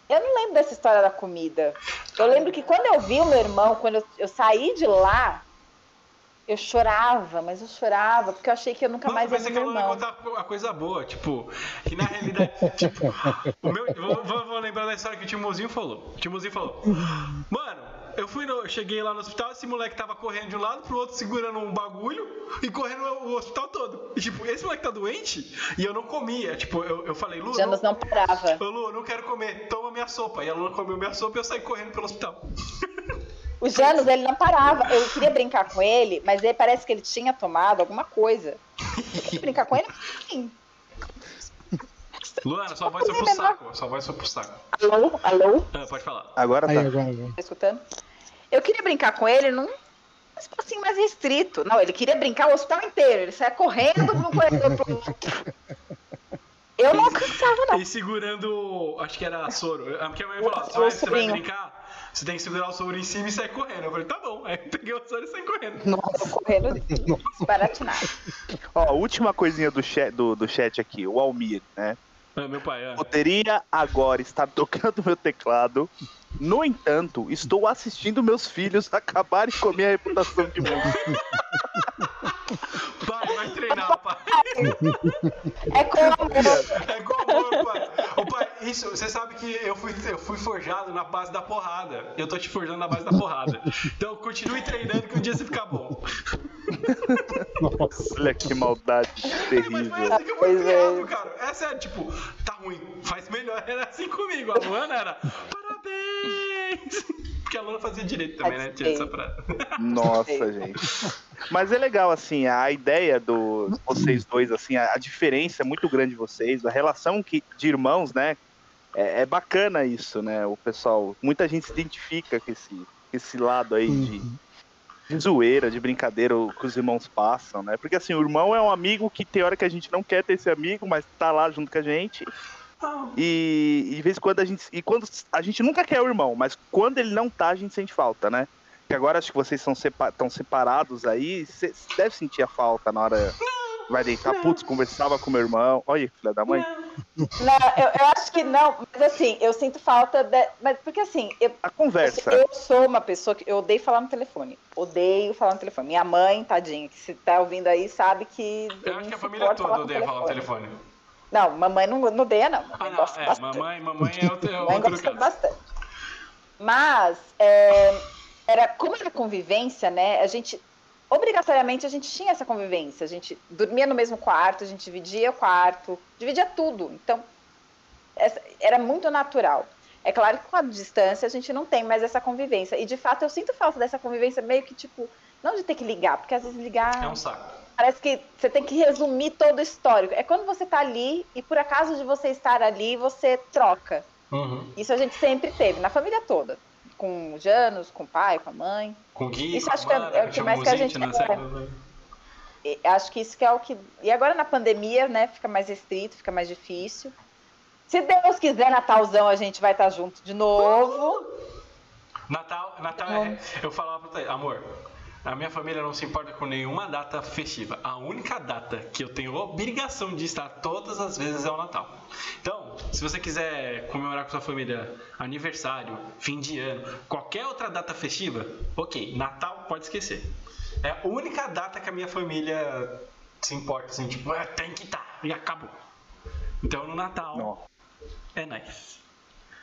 eu não lembro dessa história da comida. Eu lembro que quando eu vi o meu irmão, quando eu, eu saí de lá, eu chorava, mas eu chorava, porque eu achei que eu nunca Não, mais ia mas ver é que meu eu irmão. vou contar a coisa boa, tipo, que na realidade, tipo, o meu, vou, vou- vou lembrar da história que o Timozinho falou. O Timozinho falou, mano, eu fui no, eu cheguei lá no hospital, esse moleque tava correndo de um lado pro outro, segurando um bagulho e correndo o hospital todo. E, tipo, esse moleque tá doente e eu não comia. Tipo, eu, eu falei, Lu, Janus não, não parava. Ô, Lu, eu não quero comer, toma minha sopa. E a Lu comeu minha sopa e eu saí correndo pelo hospital. O Janus, ele não parava. Eu queria brincar com ele, mas ele parece que ele tinha tomado alguma coisa. Eu queria brincar com ele, sim. Luana, sua voz foi pro saco. Sua voz foi pro saco. Alô? Alô? Ah, pode falar. Agora Aí, tá. agora, agora. Tá escutando? Eu queria brincar com ele num espacinho mais restrito. Não, ele queria brincar o hospital inteiro. Ele saia correndo de um corredor pro outro. Eu não alcançava, não. E segurando. Acho que era soro. Ah, Porque a mãe O- falou: você o vai, você vai sobrinho. brincar? Você tem que segurar o soro em cima e sair correndo. Eu falei: tá bom. Aí eu peguei o soro e saí correndo. Eu correndo desbaratinado. Ó, última coisinha do chat, do, do chat aqui, o Almir, né? Ah, meu pai, ah. Poderia agora estar tocando meu teclado. No entanto, estou assistindo meus filhos acabarem com a minha reputação de mundo. Pai, vai treinar, pai. É como. É igual amor, pai. Ô, pai, isso, você sabe que eu fui, eu fui forjado na base da porrada. Eu tô te forjando na base da porrada. Então continue treinando que um dia você fica bom. Olha que maldade Mas terrível. foi assim que eu fui Pois é. criado, cara. É sério, tipo, tá ruim, faz melhor. Era assim comigo. A Luana era, parabéns! Porque a Luana fazia direito também, né? Tinha essa parada. Nossa, gente. Mas é legal, assim, a ideia do vocês dois, assim, a, a diferença é muito grande de vocês, a relação que, de irmãos, né? é, é bacana isso, né? O pessoal, muita gente se identifica com esse, esse lado aí de, de zoeira, de brincadeira o que os irmãos passam, né? Porque assim, o irmão é um amigo que tem hora que a gente não quer ter esse amigo, mas tá lá junto com a gente. E, e de vez em quando a gente. E quando a gente nunca quer o irmão, mas quando ele não tá, a gente sente falta, né? Que agora acho que vocês estão separados aí, você deve sentir a falta na hora. Vai deitar, putz, conversava com meu irmão. Olha, filha da mãe. Não, né, eu, eu acho que não, mas assim, eu sinto falta. De, mas porque assim, eu, A conversa. eu sou uma pessoa que eu odeio falar no telefone. Odeio falar no telefone. Minha mãe, tadinha, que se tá ouvindo aí, sabe que. Eu acho não que a se família pode toda no odeia falar no telefone. Não, mamãe não, não odeia, não. Ah, Mamãe não, gosta é, bastante. mamãe, mamãe é outro, é Mãe outro gosta caso. bastante. Mas, é, era, como era convivência, né? A gente, obrigatoriamente, a gente tinha essa convivência. A gente dormia no mesmo quarto, a gente dividia o quarto, dividia tudo. Então, essa- era muito natural. É claro que com a distância a gente não tem mais essa convivência. E, de fato, eu sinto falta dessa convivência meio que, tipo, não de ter que ligar, porque às vezes ligar... É um saco. Parece que você tem que resumir todo o histórico. É quando você tá ali e por acaso de você estar ali, você troca. Uhum. Isso a gente sempre teve, na família toda. Com os Janos, com o pai, com a mãe. Com o Gui, Isso com a acho que é- Amanda, é o com que Chama mais que a Muzite, gente né? quer. E acho que isso que é o que. E agora na pandemia, né? Fica mais restrito, fica mais difícil. Se Deus quiser, Natalzão, a gente vai estar junto de novo. Natal, Natal é. Eu falava pra você, amor, a minha família não se importa com nenhuma data festiva. A única data que eu tenho obrigação de estar todas as vezes é o Natal. Então, se você quiser comemorar com sua família aniversário, fim de ano, qualquer outra data festiva, ok, Natal pode esquecer. É a única data que a minha família se importa, assim, tipo, "Ah, tem que estar, e acabou. Então no Natal. Não. É nóis.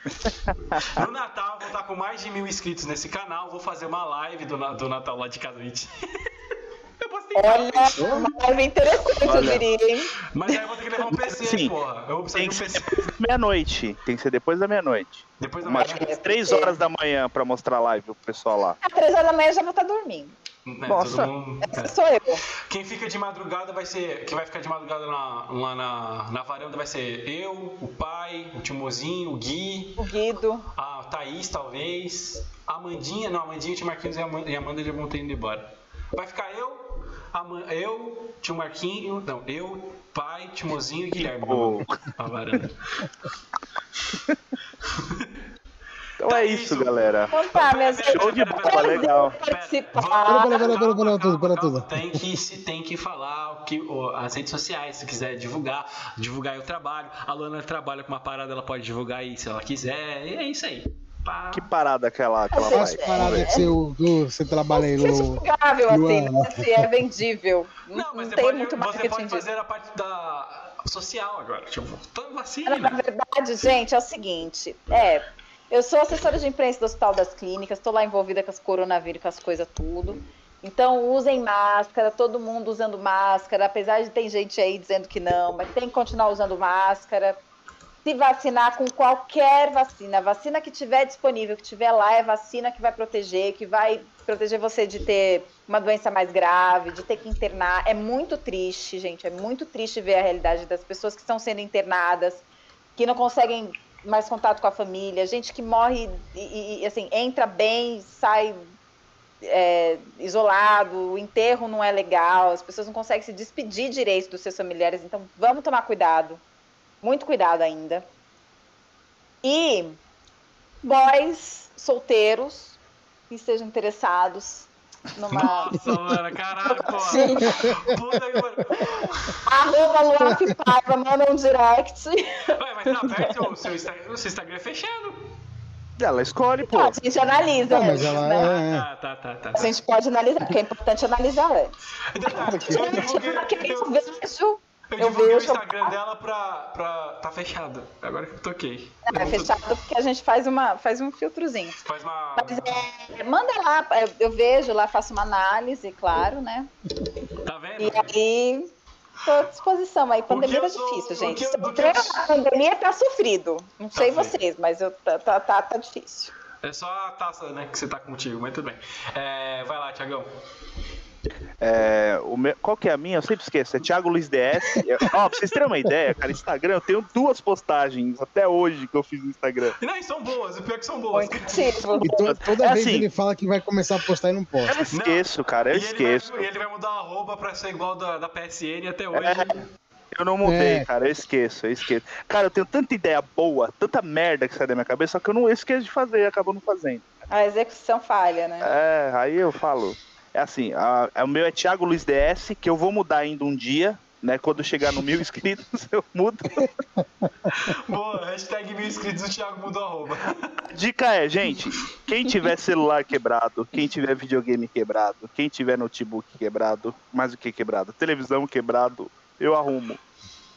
No Natal, eu vou estar com mais de mil inscritos nesse canal. Vou fazer uma live do, na- do Natal lá de casa. Mentira. Eu posso ter Olha, uma live interessante, eu Olha. diria, hein? Mas aí eu vou ter que levar um PC, Sim. porra. Eu vou precisar Tem de um que PC. Meia-noite. Tem que ser depois da meia-noite. Depois da Umas manhã. É, três porque- horas da manhã pra mostrar live pro pessoal lá. Às três horas da manhã eu já vou estar dormindo. né, Nossa. todo mundo- Essa é. sou eu. Quem fica de madrugada vai ser. Quem vai ficar de madrugada na- lá na, na varanda vai ser eu, o pai, o Timozinho, o Gui, O Guido. a Thaís, talvez. A Amandinha, não, a Amandinha, o Tio Marquinhos e a Amanda, e a Amanda já vão ter ido embora. Vai ficar eu, a Man- eu, Tio Marquinhos, não, eu, pai, Timozinho e Guilherme. Pô. Na varanda. Então é isso, galera. Então tá, minhas Show de Eu bola, legal. quero Pera, participar. vamos- Pera, pera, pera, pera, tudo, pera, tudo. Tem que, se tem que falar o que, o- as redes sociais, se quiser divulgar, divulgar aí o trabalho. A Luana trabalha com uma parada, ela pode divulgar aí se ela quiser. E é isso aí. Pá. Que parada aquela, aquela Nossa, As vai. É? paradas que você, que você trabalha aí Se é no. divulgável, assim, Luana. né? se é vendível. Não, Não, mas não você tem pode, muito você marketing pode disso. fazer a parte da social agora. Tipo, toma Não, Na vacina. verdade, gente, é o seguinte. É, eu sou assessora de imprensa do Hospital das Clínicas, estou lá envolvida com as coronavírus, com as coisas tudo. Então, usem máscara, todo mundo usando máscara, apesar de ter gente aí dizendo que não, mas tem que continuar usando máscara. Se vacinar com qualquer vacina, a vacina que tiver disponível, que tiver lá, é vacina que vai proteger, que vai proteger você de ter uma doença mais grave, de ter que internar. É muito triste, gente, é muito triste ver a realidade das pessoas que estão sendo internadas, que não conseguem mais contato com a família, gente que morre e, e- e, assim, entra bem, sai é, isolado, o enterro não é legal, as pessoas não conseguem se despedir direito dos seus familiares, então vamos tomar cuidado, muito cuidado ainda. E boys solteiros que estejam interessados numa Nossa, Luana, caralho, porra. Puta que pariu. arroba Luan Paiva, manda um direct. Ué, mas tá aberto o seu Instagram. O seu Instagram é fechado. Ela escolhe, pô. A gente analisa. Não, mas antes, ela né? É. Ah, tá, tá, tá. A gente pode analisar, porque é importante analisar antes. um Eu divulguei, Eu eu, vejo. é eu Eu divulguei o vejo. Instagram dela pra, pra. Tá fechado. Agora que eu toquei. Eu É não tô- fechado porque a gente faz, uma, faz um filtrozinho. Faz uma. Mas é, manda lá, é, eu vejo lá, faço uma análise, claro, né? Tá vendo? E aí, tô à disposição. Aí, pandemia O que tá eu sou- difícil, o gente. que eu- Se o eu que eu- entrar na pandemia tá sofrido. Não sei bem. vocês, mas eu, tá, tá, tá, tá difícil. É só a taça, né? Que você tá contigo, mas tudo bem. É, vai lá, Tiagão. É, o meu- qual que é a minha? Eu sempre esqueço. É Thiago Luiz DS. Eu- Ó, pra vocês terem uma ideia, cara, Instagram, eu tenho duas postagens até hoje que eu fiz no Instagram. Não, e são boas, o pior é que são boas. Muito ativo. E to- toda É vez assim. ele fala que vai começar a postar e não posta. Eu esqueço, cara, eu e ele, esqueço. vai, e ele vai mudar a arroba pra ser igual da, da PSN até hoje. É. Eu não mudei, É. cara, eu esqueço, eu esqueço. Cara, eu tenho tanta ideia boa, tanta merda que sai da minha cabeça, só que eu não eu esqueço de fazer e acabo não fazendo. A execução falha, né? É, aí eu falo. É assim, a- a- o meu é Thiago Luiz DS, que eu vou mudar ainda um dia, né? Quando chegar no mil inscritos, eu mudo. Boa, hashtag mil inscritos, o Thiago mudou a arroba. Dica é, gente, quem tiver celular quebrado, quem tiver videogame quebrado, quem tiver notebook quebrado, mais o que quebrado, televisão quebrado, eu arrumo.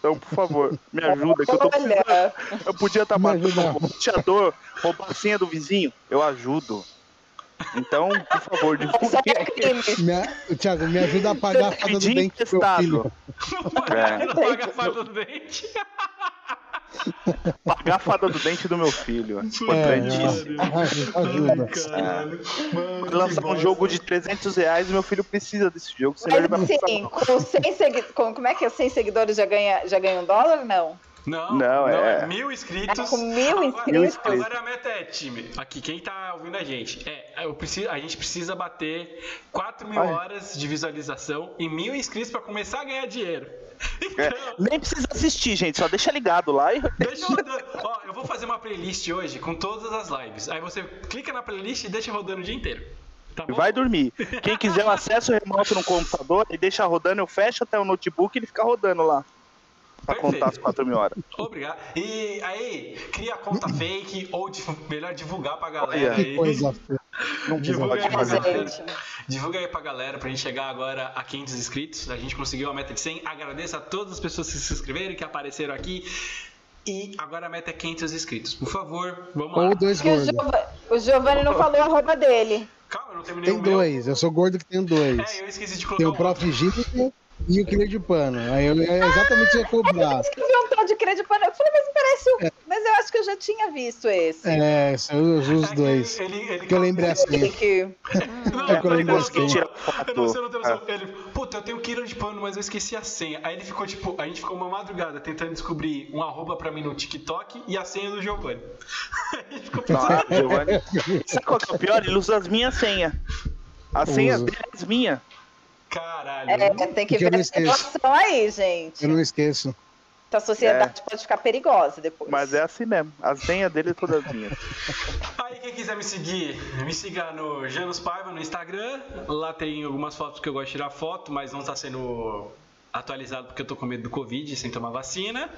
Então, por favor, me ajuda que eu tô precisando. Olha, Eu podia estar Me matando ajuda. um roteador, roubar a senha do vizinho, eu ajudo. Então, por favor, isso divulgue. é crime. Me a- Thiago, me ajuda a pagar a fada do Pedir dente pro meu filho. emprestado. É. Não paga a farda do dente. Pagar É a fada do dente do meu É, filho. Importantíssimo. É, ajuda. Caralho. Mano, Lançar que um bosta. jogo de 300 reais e meu filho precisa desse jogo, senão ele vai Mas passar assim, com 100 segui... com- como é que é? 100 seguidores já ganha, já ganha um dólar? Não. Não, Não, não, é- é mil É inscritos. com mil Agora- Mil inscritos. inscritos. Agora a meta é, time. Aqui, quem tá ouvindo a gente, é, eu preciso, a gente precisa bater 4 mil Olha. horas de visualização e mil inscritos pra começar a ganhar dinheiro. Então, É, nem precisa assistir, gente, só deixa ligado lá e. deixa eu rodando. Ó, eu vou fazer uma playlist hoje com todas as lives. Aí você clica na playlist e deixa rodando o dia inteiro. Tá bom? Vai dormir. Quem quiser o acesso remoto no computador e deixa rodando, eu fecho até o notebook e ele fica rodando lá. Pra Perfeito. contar as 4 mil horas. Obrigado. E aí, cria conta fake ou div- melhor divulgar pra Olha. galera Que aí. coisa feia. Não Divulga pode aí, Mas, fazer. gente, Divulga aí pra galera pra gente chegar agora a 500 inscritos. A gente conseguiu a meta de 100. Agradeço a todas as pessoas que se inscreveram, que apareceram aqui. E agora a meta é 500 inscritos. Por favor, vamos lá. Ou dois que o, gordos. Giova- o Giovanni não falou a roupa dele. Calma, eu não terminei Tem o meu. dois. Eu sou gordo que tenho É, dois. eu esqueci de Tem colocar o o Prof. Gírico e o Quilo de Pano. Aí eu é exatamente ia cobrar. Escrevi um tal de crédito para. Eu falei, mas parece o. Mas eu acho que eu já tinha visto esse. É, eu uso É os que dois. Ele, ele, Que eu lembrei assim. Que- que- Não, É que eu ele lembrei não assim. notou. Tira foto. Eu não sei, eu não tenho noção. Ele, puta, eu tenho quilo de pano, mas eu esqueci a senha. Aí ele ficou, tipo, a gente ficou uma madrugada tentando descobrir um arroba pra mim no TikTok e a senha do Giovanni. A gente ficou pensando. Nossa, Ah, Giovanni. Sabe qual que é o pior? Ele usa as minhas senhas. As senhas Usa. dele é as minhas. Caralho. é, tem que Que eu ver não a esqueço. situação aí, gente. Eu não esqueço. Então a sociedade pode ficar perigosa depois. É. Mas é assim mesmo. As senhas dele é todas minhas. Aí quem quiser me seguir, me siga no Janus Paiva no Instagram. Lá tem algumas fotos que eu gosto de tirar foto, mas não tá sendo atualizado porque eu tô com medo do Covid sem tomar vacina.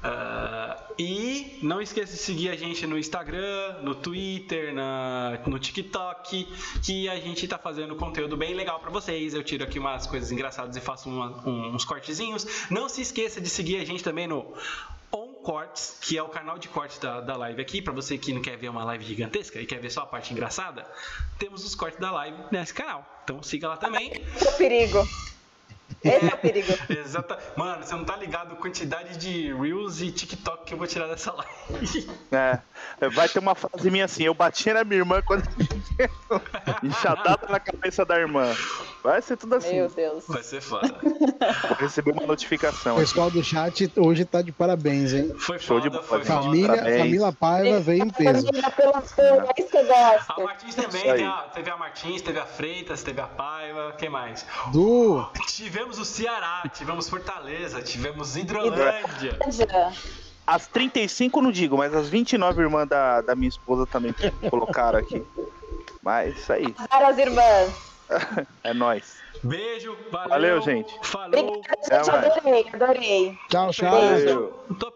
Ah, e não esqueça de seguir a gente no Instagram, no Twitter, na- no TikTok, que a gente tá fazendo conteúdo bem legal pra vocês. Eu tiro aqui umas coisas engraçadas e faço uma- um- uns cortezinhos. Não se esqueça de seguir a gente também no On Cortes, que é o canal de cortes da, da live aqui. Pra você que não quer ver uma live gigantesca e quer ver só a parte engraçada, temos os cortes da live nesse canal. Então siga lá também. Esse é o perigo. Esse é o perigo. Exata. Mano, você não tá ligado a quantidade de Reels e TikTok que eu vou tirar dessa live. É. Vai ter uma frase minha assim: eu bati na minha irmã quando. Enxadada na cabeça da irmã. Vai ser tudo assim. Meu Deus. Vai ser foda. Vou receber uma notificação. O pessoal do chat hoje tá de parabéns, hein? Foi Show de foda, foi bola. foda. Família, Parabéns. família Paiva veio tá em peso. Menina, pelo amor, é isso que eu gosto. Ah, A Martins também, É Isso aí. tem a- teve a Martins, teve a Freitas, teve a Paiva, quem mais? Du, Tivemos o Ceará, tivemos Fortaleza, tivemos Hidrolândia. Índia. As 35 não digo, mas as 29 irmãs da, da minha esposa também colocaram aqui. Mas isso aí. Para as irmãs. É nóis. Beijo, valeu. Valeu, gente. Falou. Obrigada, gente. É, Até mais. Adorei, adorei. tchau, tchau. Valeu. Tô- tô